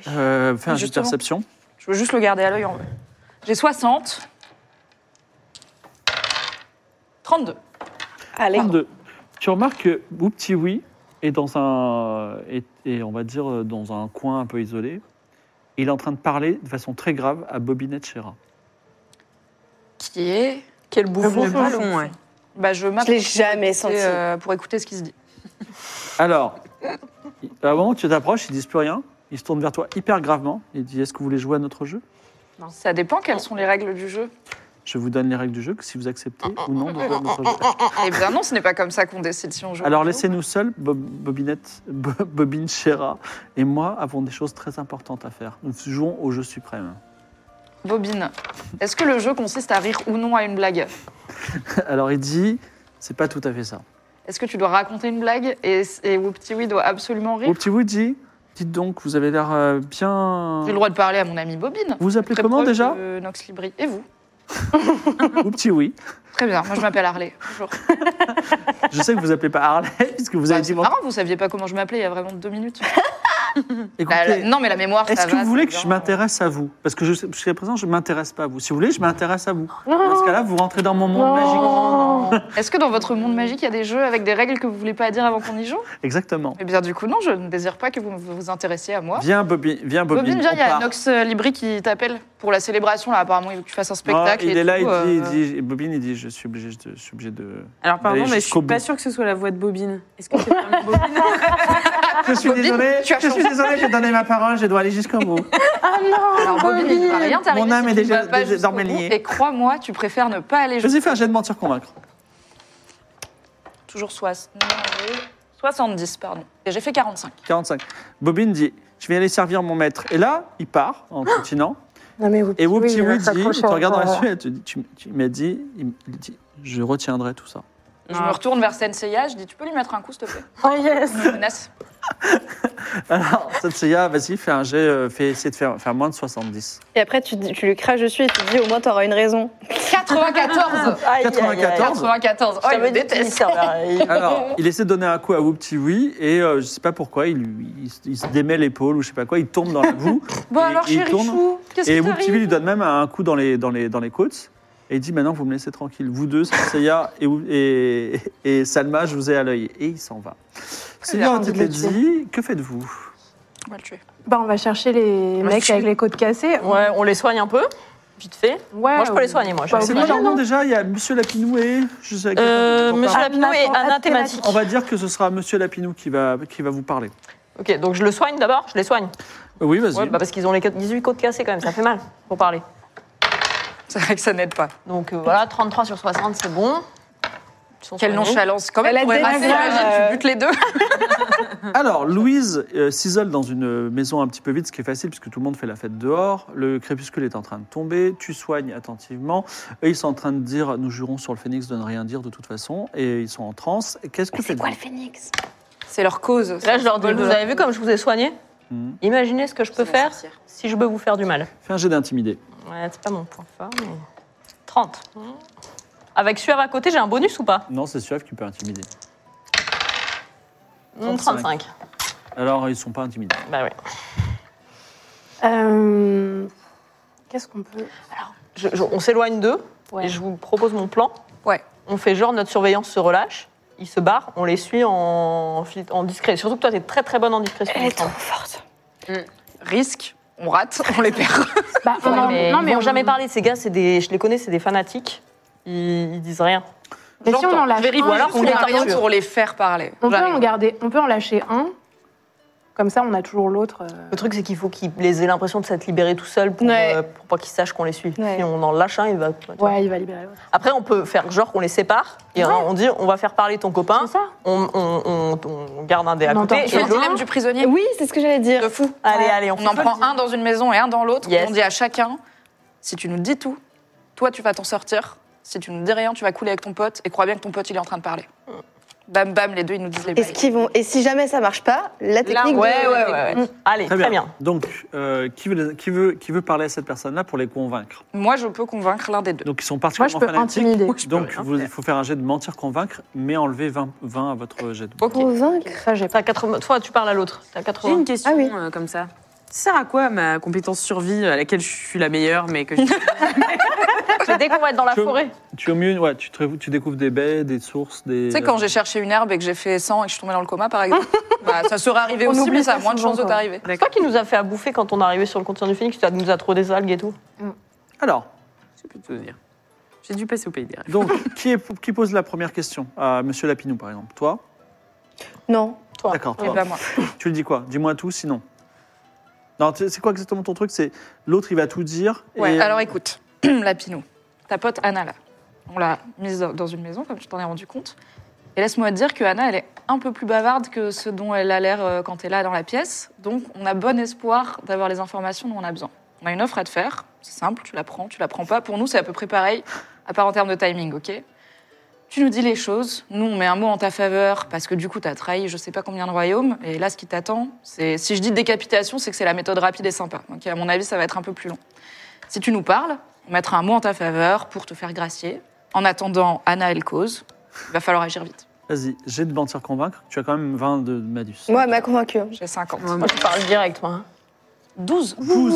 Speaker 1: Euh, Fais un jeu de
Speaker 3: Justement.
Speaker 1: perception.
Speaker 3: Je veux juste le garder à l'œil. en vrai. J'ai 60. 32.
Speaker 4: Allez.
Speaker 1: 32. Tu remarques que Bouptiwi est dans un. Est, est, on va dire euh, dans un coin un peu isolé. Il est en train de parler de façon très grave à Bobinette Chera.
Speaker 3: Qui est
Speaker 6: Quel bouffon.
Speaker 7: Le bouffon, ouais.
Speaker 3: bah, Je
Speaker 4: Je l'ai
Speaker 3: m'apprête
Speaker 4: jamais senti.
Speaker 3: euh, pour écouter ce qui se dit.
Speaker 1: Alors, à un moment où tu t'approches, ils disent plus rien. Ils se tournent vers toi hyper gravement. Ils disent Est-ce que vous voulez jouer à notre jeu
Speaker 3: Ça dépend quelles sont les règles du jeu.
Speaker 1: Je vous donne les règles du jeu, que si vous acceptez ou non de jouer à notre jeu.
Speaker 4: Oh.
Speaker 3: Eh bien non, ce n'est pas comme ça qu'on décide si on joue.
Speaker 1: Alors
Speaker 3: au jeu.
Speaker 1: laissez-nous seuls, Bob- Bobinette, Bo- Bobine Chera et moi avons des choses très importantes à faire. Nous jouons au jeu suprême.
Speaker 3: Bobine, est-ce que le jeu consiste à rire ou non à une blague
Speaker 1: Alors il dit, c'est pas tout à fait ça.
Speaker 3: Est-ce que tu dois raconter une blague et, et Whoopty Wee doit absolument
Speaker 1: Au
Speaker 3: rire
Speaker 1: petit Wood dit, dites donc, vous avez l'air euh, bien...
Speaker 3: J'ai le droit de parler à mon ami Bobine.
Speaker 1: Vous appelez
Speaker 3: Très
Speaker 1: comment
Speaker 3: proche euh,
Speaker 1: déjà
Speaker 3: de Nox Libri. Et vous
Speaker 1: Au petit oui.
Speaker 3: Très bien, moi je m'appelle Harley. Bonjour.
Speaker 1: Je sais que vous appelez pas Harley, puisque vous avez
Speaker 3: Bah,
Speaker 1: dit...
Speaker 3: c'est marrant, vous saviez pas comment je m'appelais il y a vraiment deux minutes. La- la-
Speaker 1: Écoutez,
Speaker 3: Bah, non, mais la mémoire, ça
Speaker 1: est-ce que
Speaker 3: va,
Speaker 1: vous voulez
Speaker 3: c'est
Speaker 1: que je
Speaker 3: bien.
Speaker 1: m'intéresse à vous Parce que je- jusqu'à présent, je m'intéresse pas à vous. Si vous voulez, je m'intéresse à vous. Dans ce cas-là, vous rentrez dans mon
Speaker 5: Oh,
Speaker 1: monde magique.
Speaker 3: Est-ce que dans votre monde magique, il y a des jeux avec des règles que vous voulez pas dire avant qu'on y joue
Speaker 1: Exactement.
Speaker 3: Eh bien, du coup, non, je ne désire pas que vous vous intéressiez à moi.
Speaker 1: Viens, Bobine, viens, Bobine.
Speaker 3: Bobine, viens,
Speaker 1: on
Speaker 3: il y a
Speaker 1: part.
Speaker 3: Nox euh, Libri qui t'appelle pour la célébration. Là, apparemment, il veut que tu fasses un spectacle.
Speaker 1: Non, Ah, il
Speaker 3: et
Speaker 1: est là,
Speaker 3: tout,
Speaker 1: il dit,
Speaker 3: euh,
Speaker 1: il dit, Bobine, il dit, je suis obligé, de- je suis obligé de...
Speaker 7: Alors pardon,
Speaker 1: D'aller
Speaker 7: mais je
Speaker 1: jusqu'au
Speaker 7: suis pas
Speaker 1: bout.
Speaker 7: sûre que ce soit la voix de Bobine. Est-ce que c'est vraiment Bobine
Speaker 1: Je suis
Speaker 3: Bobine,
Speaker 1: désolé,
Speaker 3: tu as
Speaker 1: je suis
Speaker 3: changé.
Speaker 1: désolé, j'ai donné ma parole, je dois aller jusqu'au bout.
Speaker 3: Alors, Bobine, il ne va rien t'arriver.
Speaker 1: Mon âme
Speaker 3: si
Speaker 1: est
Speaker 3: tu ne
Speaker 1: déjà-
Speaker 3: vas pas
Speaker 1: déjà
Speaker 3: jusqu'au bout.
Speaker 1: emmêlée.
Speaker 3: Et crois-moi, tu préfères ne pas aller
Speaker 1: Vas-y,
Speaker 3: jusqu'au
Speaker 1: fais un jet de mentir convaincre.
Speaker 3: Toujours sois- non, j'ai 70, pardon. Et j'ai fait 45.
Speaker 1: 45. Bobine dit, je vais aller servir mon maître. Et là, il part en continuant.
Speaker 5: Non, mais vous,
Speaker 1: Et Whoopty
Speaker 5: oui, il va
Speaker 1: Wee dit,
Speaker 5: s'accrocher
Speaker 1: tu regardes dans la
Speaker 5: encore.
Speaker 1: suite, elle te dit, tu, tu m'as dit, il il dit, je retiendrai tout ça.
Speaker 3: Je me retourne vers Senseiya, je dis Tu peux lui mettre un coup, s'il te plaît
Speaker 5: Oh yes
Speaker 3: Il me menace.
Speaker 1: Alors, Satsuya, vas-y, fais un jet, euh, fais, essaye de faire, faire moins de 70.
Speaker 4: Et après, tu, tu lui craches dessus et tu te dis au moins t'auras une raison.
Speaker 3: 94
Speaker 1: 94
Speaker 3: 94 Oh, il me déteste
Speaker 1: Alors, il essaie de donner un coup à Whoopty Wee et euh, je sais pas pourquoi, il, lui- il se- il se démet l'épaule ou je sais pas quoi, il tombe dans la boue.
Speaker 3: Bon,
Speaker 1: Et-
Speaker 3: alors,
Speaker 1: et il
Speaker 3: chéri
Speaker 1: tourne.
Speaker 3: Chou, qu'est-ce
Speaker 1: Et
Speaker 3: qui
Speaker 1: Whoopty Wee lui
Speaker 3: t'arrive
Speaker 1: donne même un coup dans les, dans les, dans les côtes. Et il dit maintenant, vous me laissez tranquille. Vous deux, Seiya et, Whoop- et, et Salma, je vous ai à l'œil. Et il s'en va. Seiya, tu
Speaker 5: envie de le
Speaker 1: dit, que faites-vous
Speaker 3: On va le tuer.
Speaker 5: Bah, on va chercher les
Speaker 6: va
Speaker 5: mecs
Speaker 6: chercher.
Speaker 5: avec les côtes cassées.
Speaker 6: Ouais, on les soigne un peu, vite fait.
Speaker 5: Ouais,
Speaker 6: moi, je peux
Speaker 5: ou-
Speaker 6: les soigner, moi. je
Speaker 5: Bah,
Speaker 6: les
Speaker 1: C'est
Speaker 6: soigne.
Speaker 5: obligé,
Speaker 1: pas
Speaker 5: non
Speaker 1: déjà, il y a Monsieur Lapinou et... Je sais que-
Speaker 6: Euh,
Speaker 1: on
Speaker 6: Monsieur
Speaker 1: parle.
Speaker 6: Lapinou est
Speaker 5: Athéna-
Speaker 6: anathématique.
Speaker 1: On va dire que ce sera Monsieur Lapinou qui va, qui va vous parler.
Speaker 6: Ok, donc je le soigne d'abord, je les soigne.
Speaker 1: Euh, Oui, vas-y.
Speaker 6: Ouais, bah, parce qu'ils ont les quatre- 18 côtes cassées quand même, ça fait mal pour parler.
Speaker 3: C'est vrai que ça n'aide pas.
Speaker 6: Donc euh, voilà, 33 sur Ah, 60, c'est bon. Son
Speaker 3: Quelle
Speaker 6: soigné.
Speaker 3: nonchalance quand même.
Speaker 4: Elle a
Speaker 3: pour être
Speaker 4: dénigré,
Speaker 3: assez agile,
Speaker 4: euh,
Speaker 3: tu butes les deux.
Speaker 1: Alors, Louise euh, s'isole dans une maison un petit peu vide, ce qui est facile puisque tout le monde fait la fête dehors. Le crépuscule est en train de tomber. Tu soignes attentivement. Eux, ils sont en train de dire Nous jurons sur le phénix de ne rien dire de toute façon. Et ils sont en transe. Et Qu'est-ce que
Speaker 4: C'est
Speaker 1: faites-vous
Speaker 4: quoi le phénix
Speaker 3: C'est leur cause.
Speaker 6: Là, je leur dis, vous avez vu comme je vous ai soigné Mhm.
Speaker 1: Hmm.
Speaker 6: Imaginez ce que je peux
Speaker 7: la
Speaker 6: faire
Speaker 7: sorcière.
Speaker 6: si je peux vous faire du mal.
Speaker 1: Fais un jet d'intimider.
Speaker 6: Ouais, c'est pas mon point fort, mais... 30. Avec Suave à côté, j'ai un bonus ou pas
Speaker 1: Non, c'est Suave qui peut intimider.
Speaker 6: Hmm,
Speaker 1: 35.
Speaker 6: 35.
Speaker 1: Alors, ils sont pas intimidés.
Speaker 6: Bah oui.
Speaker 5: Euh, Qu'est-ce qu'on peut.
Speaker 6: Je- je- on s'éloigne d'eux
Speaker 5: Ouais.
Speaker 6: et je vous propose mon plan.
Speaker 3: Ouais.
Speaker 6: On fait genre notre surveillance se relâche, ils se barrent, on les suit en, fil- en discret. Surtout que toi, t'es très très bonne en discrétion.
Speaker 4: Elle
Speaker 6: il
Speaker 4: est
Speaker 6: me
Speaker 4: trop
Speaker 6: semble.
Speaker 4: forte.
Speaker 3: Risque, on rate, on les perd.
Speaker 5: Bah, on
Speaker 6: Ouais,
Speaker 5: en-
Speaker 6: mais
Speaker 5: non,
Speaker 6: ils vont
Speaker 5: on-
Speaker 6: jamais parlé. Ces gars, c'est des, je les connais, c'est des fanatiques. Ils, ils disent rien.
Speaker 5: Mais si on en lâche
Speaker 3: Vérifie,
Speaker 5: un,
Speaker 6: Ou alors,
Speaker 3: on
Speaker 6: on
Speaker 3: fait
Speaker 6: les
Speaker 3: rien
Speaker 6: torture.
Speaker 3: pour les faire parler.
Speaker 5: on peut,
Speaker 3: J'arrive.
Speaker 5: en garder, on peut en lâcher un. Comme ça, on a toujours l'autre. euh.
Speaker 6: Le truc, c'est qu'il faut qu'ils les aient l'impression de s'être libérés tout seuls pour,
Speaker 4: Ouais.
Speaker 6: euh, pour pas qu'ils sachent qu'on les suit.
Speaker 4: Ouais.
Speaker 6: Si on en lâche un, il va.
Speaker 5: Ouais, il va libérer l'autre.
Speaker 6: Après, on peut faire genre qu'on les sépare et hein, on dit on va faire parler ton copain.
Speaker 5: C'est ça
Speaker 6: On, on- on- on garde un dé à
Speaker 5: On
Speaker 6: côté.
Speaker 5: entend
Speaker 3: Tu fais
Speaker 6: Et
Speaker 3: le
Speaker 5: toujours.
Speaker 6: l'autre,
Speaker 3: dilemme du prisonnier
Speaker 4: Oui, c'est ce que j'allais dire.
Speaker 3: de fou.
Speaker 6: allez, allez, on,
Speaker 3: On en prend un dans une maison et un dans l'autre.
Speaker 6: Yes.
Speaker 3: On dit à chacun, si tu nous dis tout, toi tu vas t'en sortir. Si tu nous dis rien, tu vas couler avec ton pote et crois bien que ton pote il est en train de parler. Bam bam, les deux ils nous disent les
Speaker 4: Est-ce
Speaker 3: bails.
Speaker 4: qu'ils vont Et si jamais ça marche pas, la
Speaker 6: Là,
Speaker 4: technique.
Speaker 6: ouais,
Speaker 4: de-
Speaker 6: ouais, ouais, ouais. Allez, très bien.
Speaker 1: Donc, euh, qui, veut, les- qui, veut, qui veut parler à cette personne-là pour les convaincre
Speaker 3: Moi je peux convaincre l'un des deux.
Speaker 1: Donc, ils sont
Speaker 5: Moi, je
Speaker 1: particulièrement
Speaker 5: peux
Speaker 1: fanatiques.
Speaker 5: intimider.
Speaker 1: Donc, vous- il faut faire un jet de mentir-convaincre, mais enlever 20, 20 à votre jet de
Speaker 3: Ok.
Speaker 4: Convaincre.
Speaker 5: Ça, j'ai pas.
Speaker 6: T'as 80... Toi, tu parles à l'autre. T'as
Speaker 7: J'ai
Speaker 6: 80.
Speaker 7: une question
Speaker 4: Ah oui.
Speaker 7: euh, comme ça. Ça sert à quoi ma compétence survie à laquelle je suis la meilleure, mais que je...
Speaker 6: Mais Dès qu'on va être dans la
Speaker 1: Je-
Speaker 6: forêt.
Speaker 1: Tu, au mieux, ouais, tu, te- tu découvres des baies, des sources, des.
Speaker 5: Euh,
Speaker 3: Tu sais, quand j'ai cherché une herbe et que j'ai fait 100 et que je suis tombée dans le coma, par exemple, bah, ça serait arrivé
Speaker 5: On
Speaker 3: aussi,
Speaker 5: oublie
Speaker 3: mais ça a
Speaker 5: ça
Speaker 3: moins de
Speaker 5: souvent,
Speaker 3: chances de
Speaker 5: quoi.
Speaker 3: t'arriver.
Speaker 6: C'est toi qui nous a fait à bouffer quand on est arrivé sur le continent du Phoenix. Tu as- nous as trop des algues et tout.
Speaker 1: Alors,
Speaker 7: Je sais plus te dire. J'ai dû passer au pays des rêves.
Speaker 1: donc, qui, est- qui pose la première question À Monsieur Lapinou, par exemple. Toi
Speaker 4: Non.
Speaker 6: Toi.
Speaker 1: D'accord,
Speaker 3: Et
Speaker 1: toi.
Speaker 3: bah, moi.
Speaker 1: Tu le dis quoi Dis-moi tout, sinon. Non, tu- c'est quoi exactement ton truc C'est l'autre, il va tout dire.
Speaker 3: Ouais,
Speaker 1: et- euh,
Speaker 3: alors écoute, la Pinou, ta pote Anna là, on l'a mise dans- dans une maison, comme tu t'en es rendu compte. Et laisse-moi te dire que Anna, elle est un peu plus bavarde que ce dont elle a l'air euh, quand elle est là dans la pièce. Donc, on a bon espoir d'avoir les informations dont on a besoin. On a une offre à te faire, c'est simple, tu la prends, tu la prends pas. Pour nous, c'est à peu près pareil, à part en termes de timing, ok Tu nous dis les choses, nous, on met un mot en ta faveur, parce que du coup, t'as trahi je sais pas combien de royaumes, et là, ce qui t'attend, c'est. Si je dis décapitation, c'est que c'est la méthode rapide et sympa. Ok, à mon avis, ça va être un peu plus long. Si tu nous parles, on mettra un mot en ta faveur pour te faire gracier. En attendant, Anna, elle cause. Il va falloir agir vite.
Speaker 1: Vas-y, j'ai de mentir convaincre. Tu as quand même 20 de Madus.
Speaker 4: Moi, elle m'a convaincue. hein.
Speaker 3: J'ai 50.
Speaker 6: Moi, je parle direct, moi.
Speaker 3: 12.
Speaker 1: 12.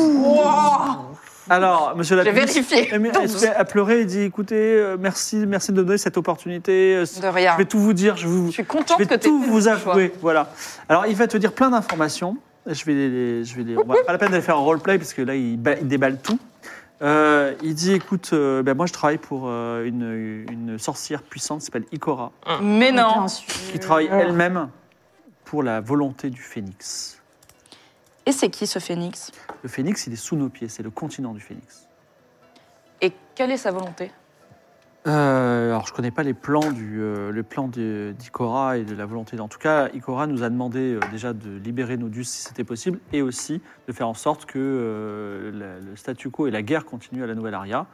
Speaker 1: Alors, monsieur
Speaker 3: J'ai
Speaker 1: Lapinou.
Speaker 3: vérifié.
Speaker 1: elle met- elle se
Speaker 3: 12.
Speaker 1: fait à pleurer et dit écoutez, euh, merci, merci de me donner cette opportunité. euh,
Speaker 3: De rien.
Speaker 1: Je vais tout vous dire. Je, vous,
Speaker 3: Je suis
Speaker 1: je
Speaker 3: contente que
Speaker 1: vais
Speaker 3: tu
Speaker 1: tout vous
Speaker 3: avouer.
Speaker 1: avouer. Voilà. Alors, il va te dire plein d'informations. Je vais les, les- je vais les, on va pas la peine d'aller faire un roleplay parce que là, il, ba- il déballe tout. Euh, il dit écoute, euh, ben moi, je travaille pour euh, une, une sorcière puissante qui s'appelle Ikora,
Speaker 3: Mais non.
Speaker 1: qui travaille elle-même pour la volonté du phénix.
Speaker 3: Et c'est qui ce phénix
Speaker 1: Le phénix, il est sous nos pieds. C'est le continent du phénix.
Speaker 3: Et quelle est sa volonté
Speaker 1: Euh, alors, je connais pas les plans du, euh, les plans de- d'Ikora et de la volonté. En tout cas, Ikora nous a demandé euh, déjà de libérer nos dus si c'était possible, et aussi de faire en sorte que euh, la- le statu quo et la guerre continuent à la nouvelle aria.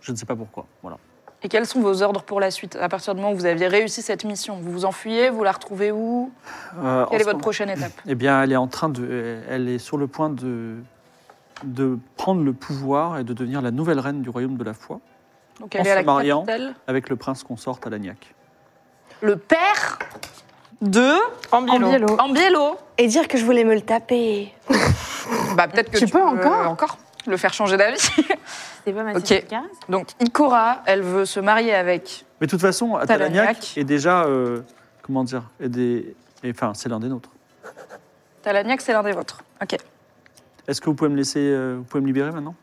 Speaker 1: Je ne sais pas pourquoi. Voilà.
Speaker 3: Et quels sont vos ordres pour la suite À partir du moment où vous aviez réussi cette mission, vous vous enfuyez, vous la retrouvez où
Speaker 1: Euh, en
Speaker 3: Quelle
Speaker 1: ce
Speaker 3: est votre
Speaker 1: moment-
Speaker 3: prochaine étape
Speaker 1: Eh bien, elle est en train de, elle est sur le point de de prendre le pouvoir et de devenir la nouvelle reine du royaume de la foi
Speaker 3: Donc
Speaker 1: En
Speaker 3: elle est à
Speaker 1: se
Speaker 3: la
Speaker 1: mariant.
Speaker 3: capitale.
Speaker 1: avec le prince consort Alagnac.
Speaker 3: Le père de
Speaker 5: En biello.
Speaker 3: Ambiello.
Speaker 4: Et dire que je voulais me le taper.
Speaker 3: Bah peut-être que
Speaker 5: Tu
Speaker 3: tu,
Speaker 5: peux encore
Speaker 3: encore le faire changer d'avis.
Speaker 7: C'était pas ma
Speaker 3: Ok. Donc Ikora, elle veut se marier avec.
Speaker 1: Mais de toute façon, Talagnac
Speaker 3: Talagnac.
Speaker 1: est déjà, euh, comment dire, est des, et, enfin, c'est l'un des nôtres.
Speaker 3: Talagnac, c'est l'un des vôtres. Ok.
Speaker 1: Est-ce que vous pouvez me laisser, euh, vous pouvez me libérer maintenant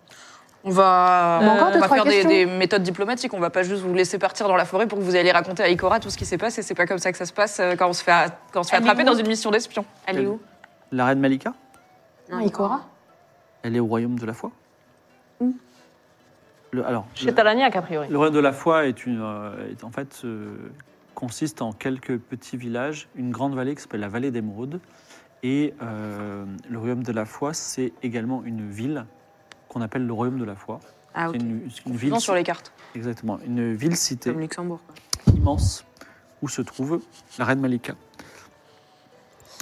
Speaker 3: On va,
Speaker 5: On a encore
Speaker 3: on
Speaker 5: deux,
Speaker 3: va
Speaker 5: trois
Speaker 3: faire des,
Speaker 5: questions.
Speaker 3: des méthodes diplomatiques. On va pas juste vous laisser partir dans la forêt pour que vous alliez raconter à Ikora tout ce qui s'est passé. C'est pas comme ça que ça se passe euh, quand on se fait, quand on se fait
Speaker 7: Elle est
Speaker 3: attraper
Speaker 7: où
Speaker 3: dans une mission d'espion.
Speaker 7: Elle est où
Speaker 1: La reine Malika,
Speaker 5: Non, Ikora.
Speaker 7: Mm.
Speaker 1: elle est au royaume de la foi. le- alors,
Speaker 6: Chez
Speaker 1: le-
Speaker 6: Talaniac, a priori.
Speaker 1: Le royaume de la foi est une, euh, est en fait, euh, consiste en quelques petits villages, une grande vallée qui s'appelle la vallée d'émeraude. Et euh, le royaume de la foi, c'est également une ville qu'on appelle le royaume de la foi.
Speaker 7: Ah, ok.
Speaker 1: C'est une, une ville,
Speaker 3: Non, sur les cartes.
Speaker 1: exactement, une ville cité
Speaker 7: Comme Luxembourg. quoi.
Speaker 1: immense où se trouve la reine Malika.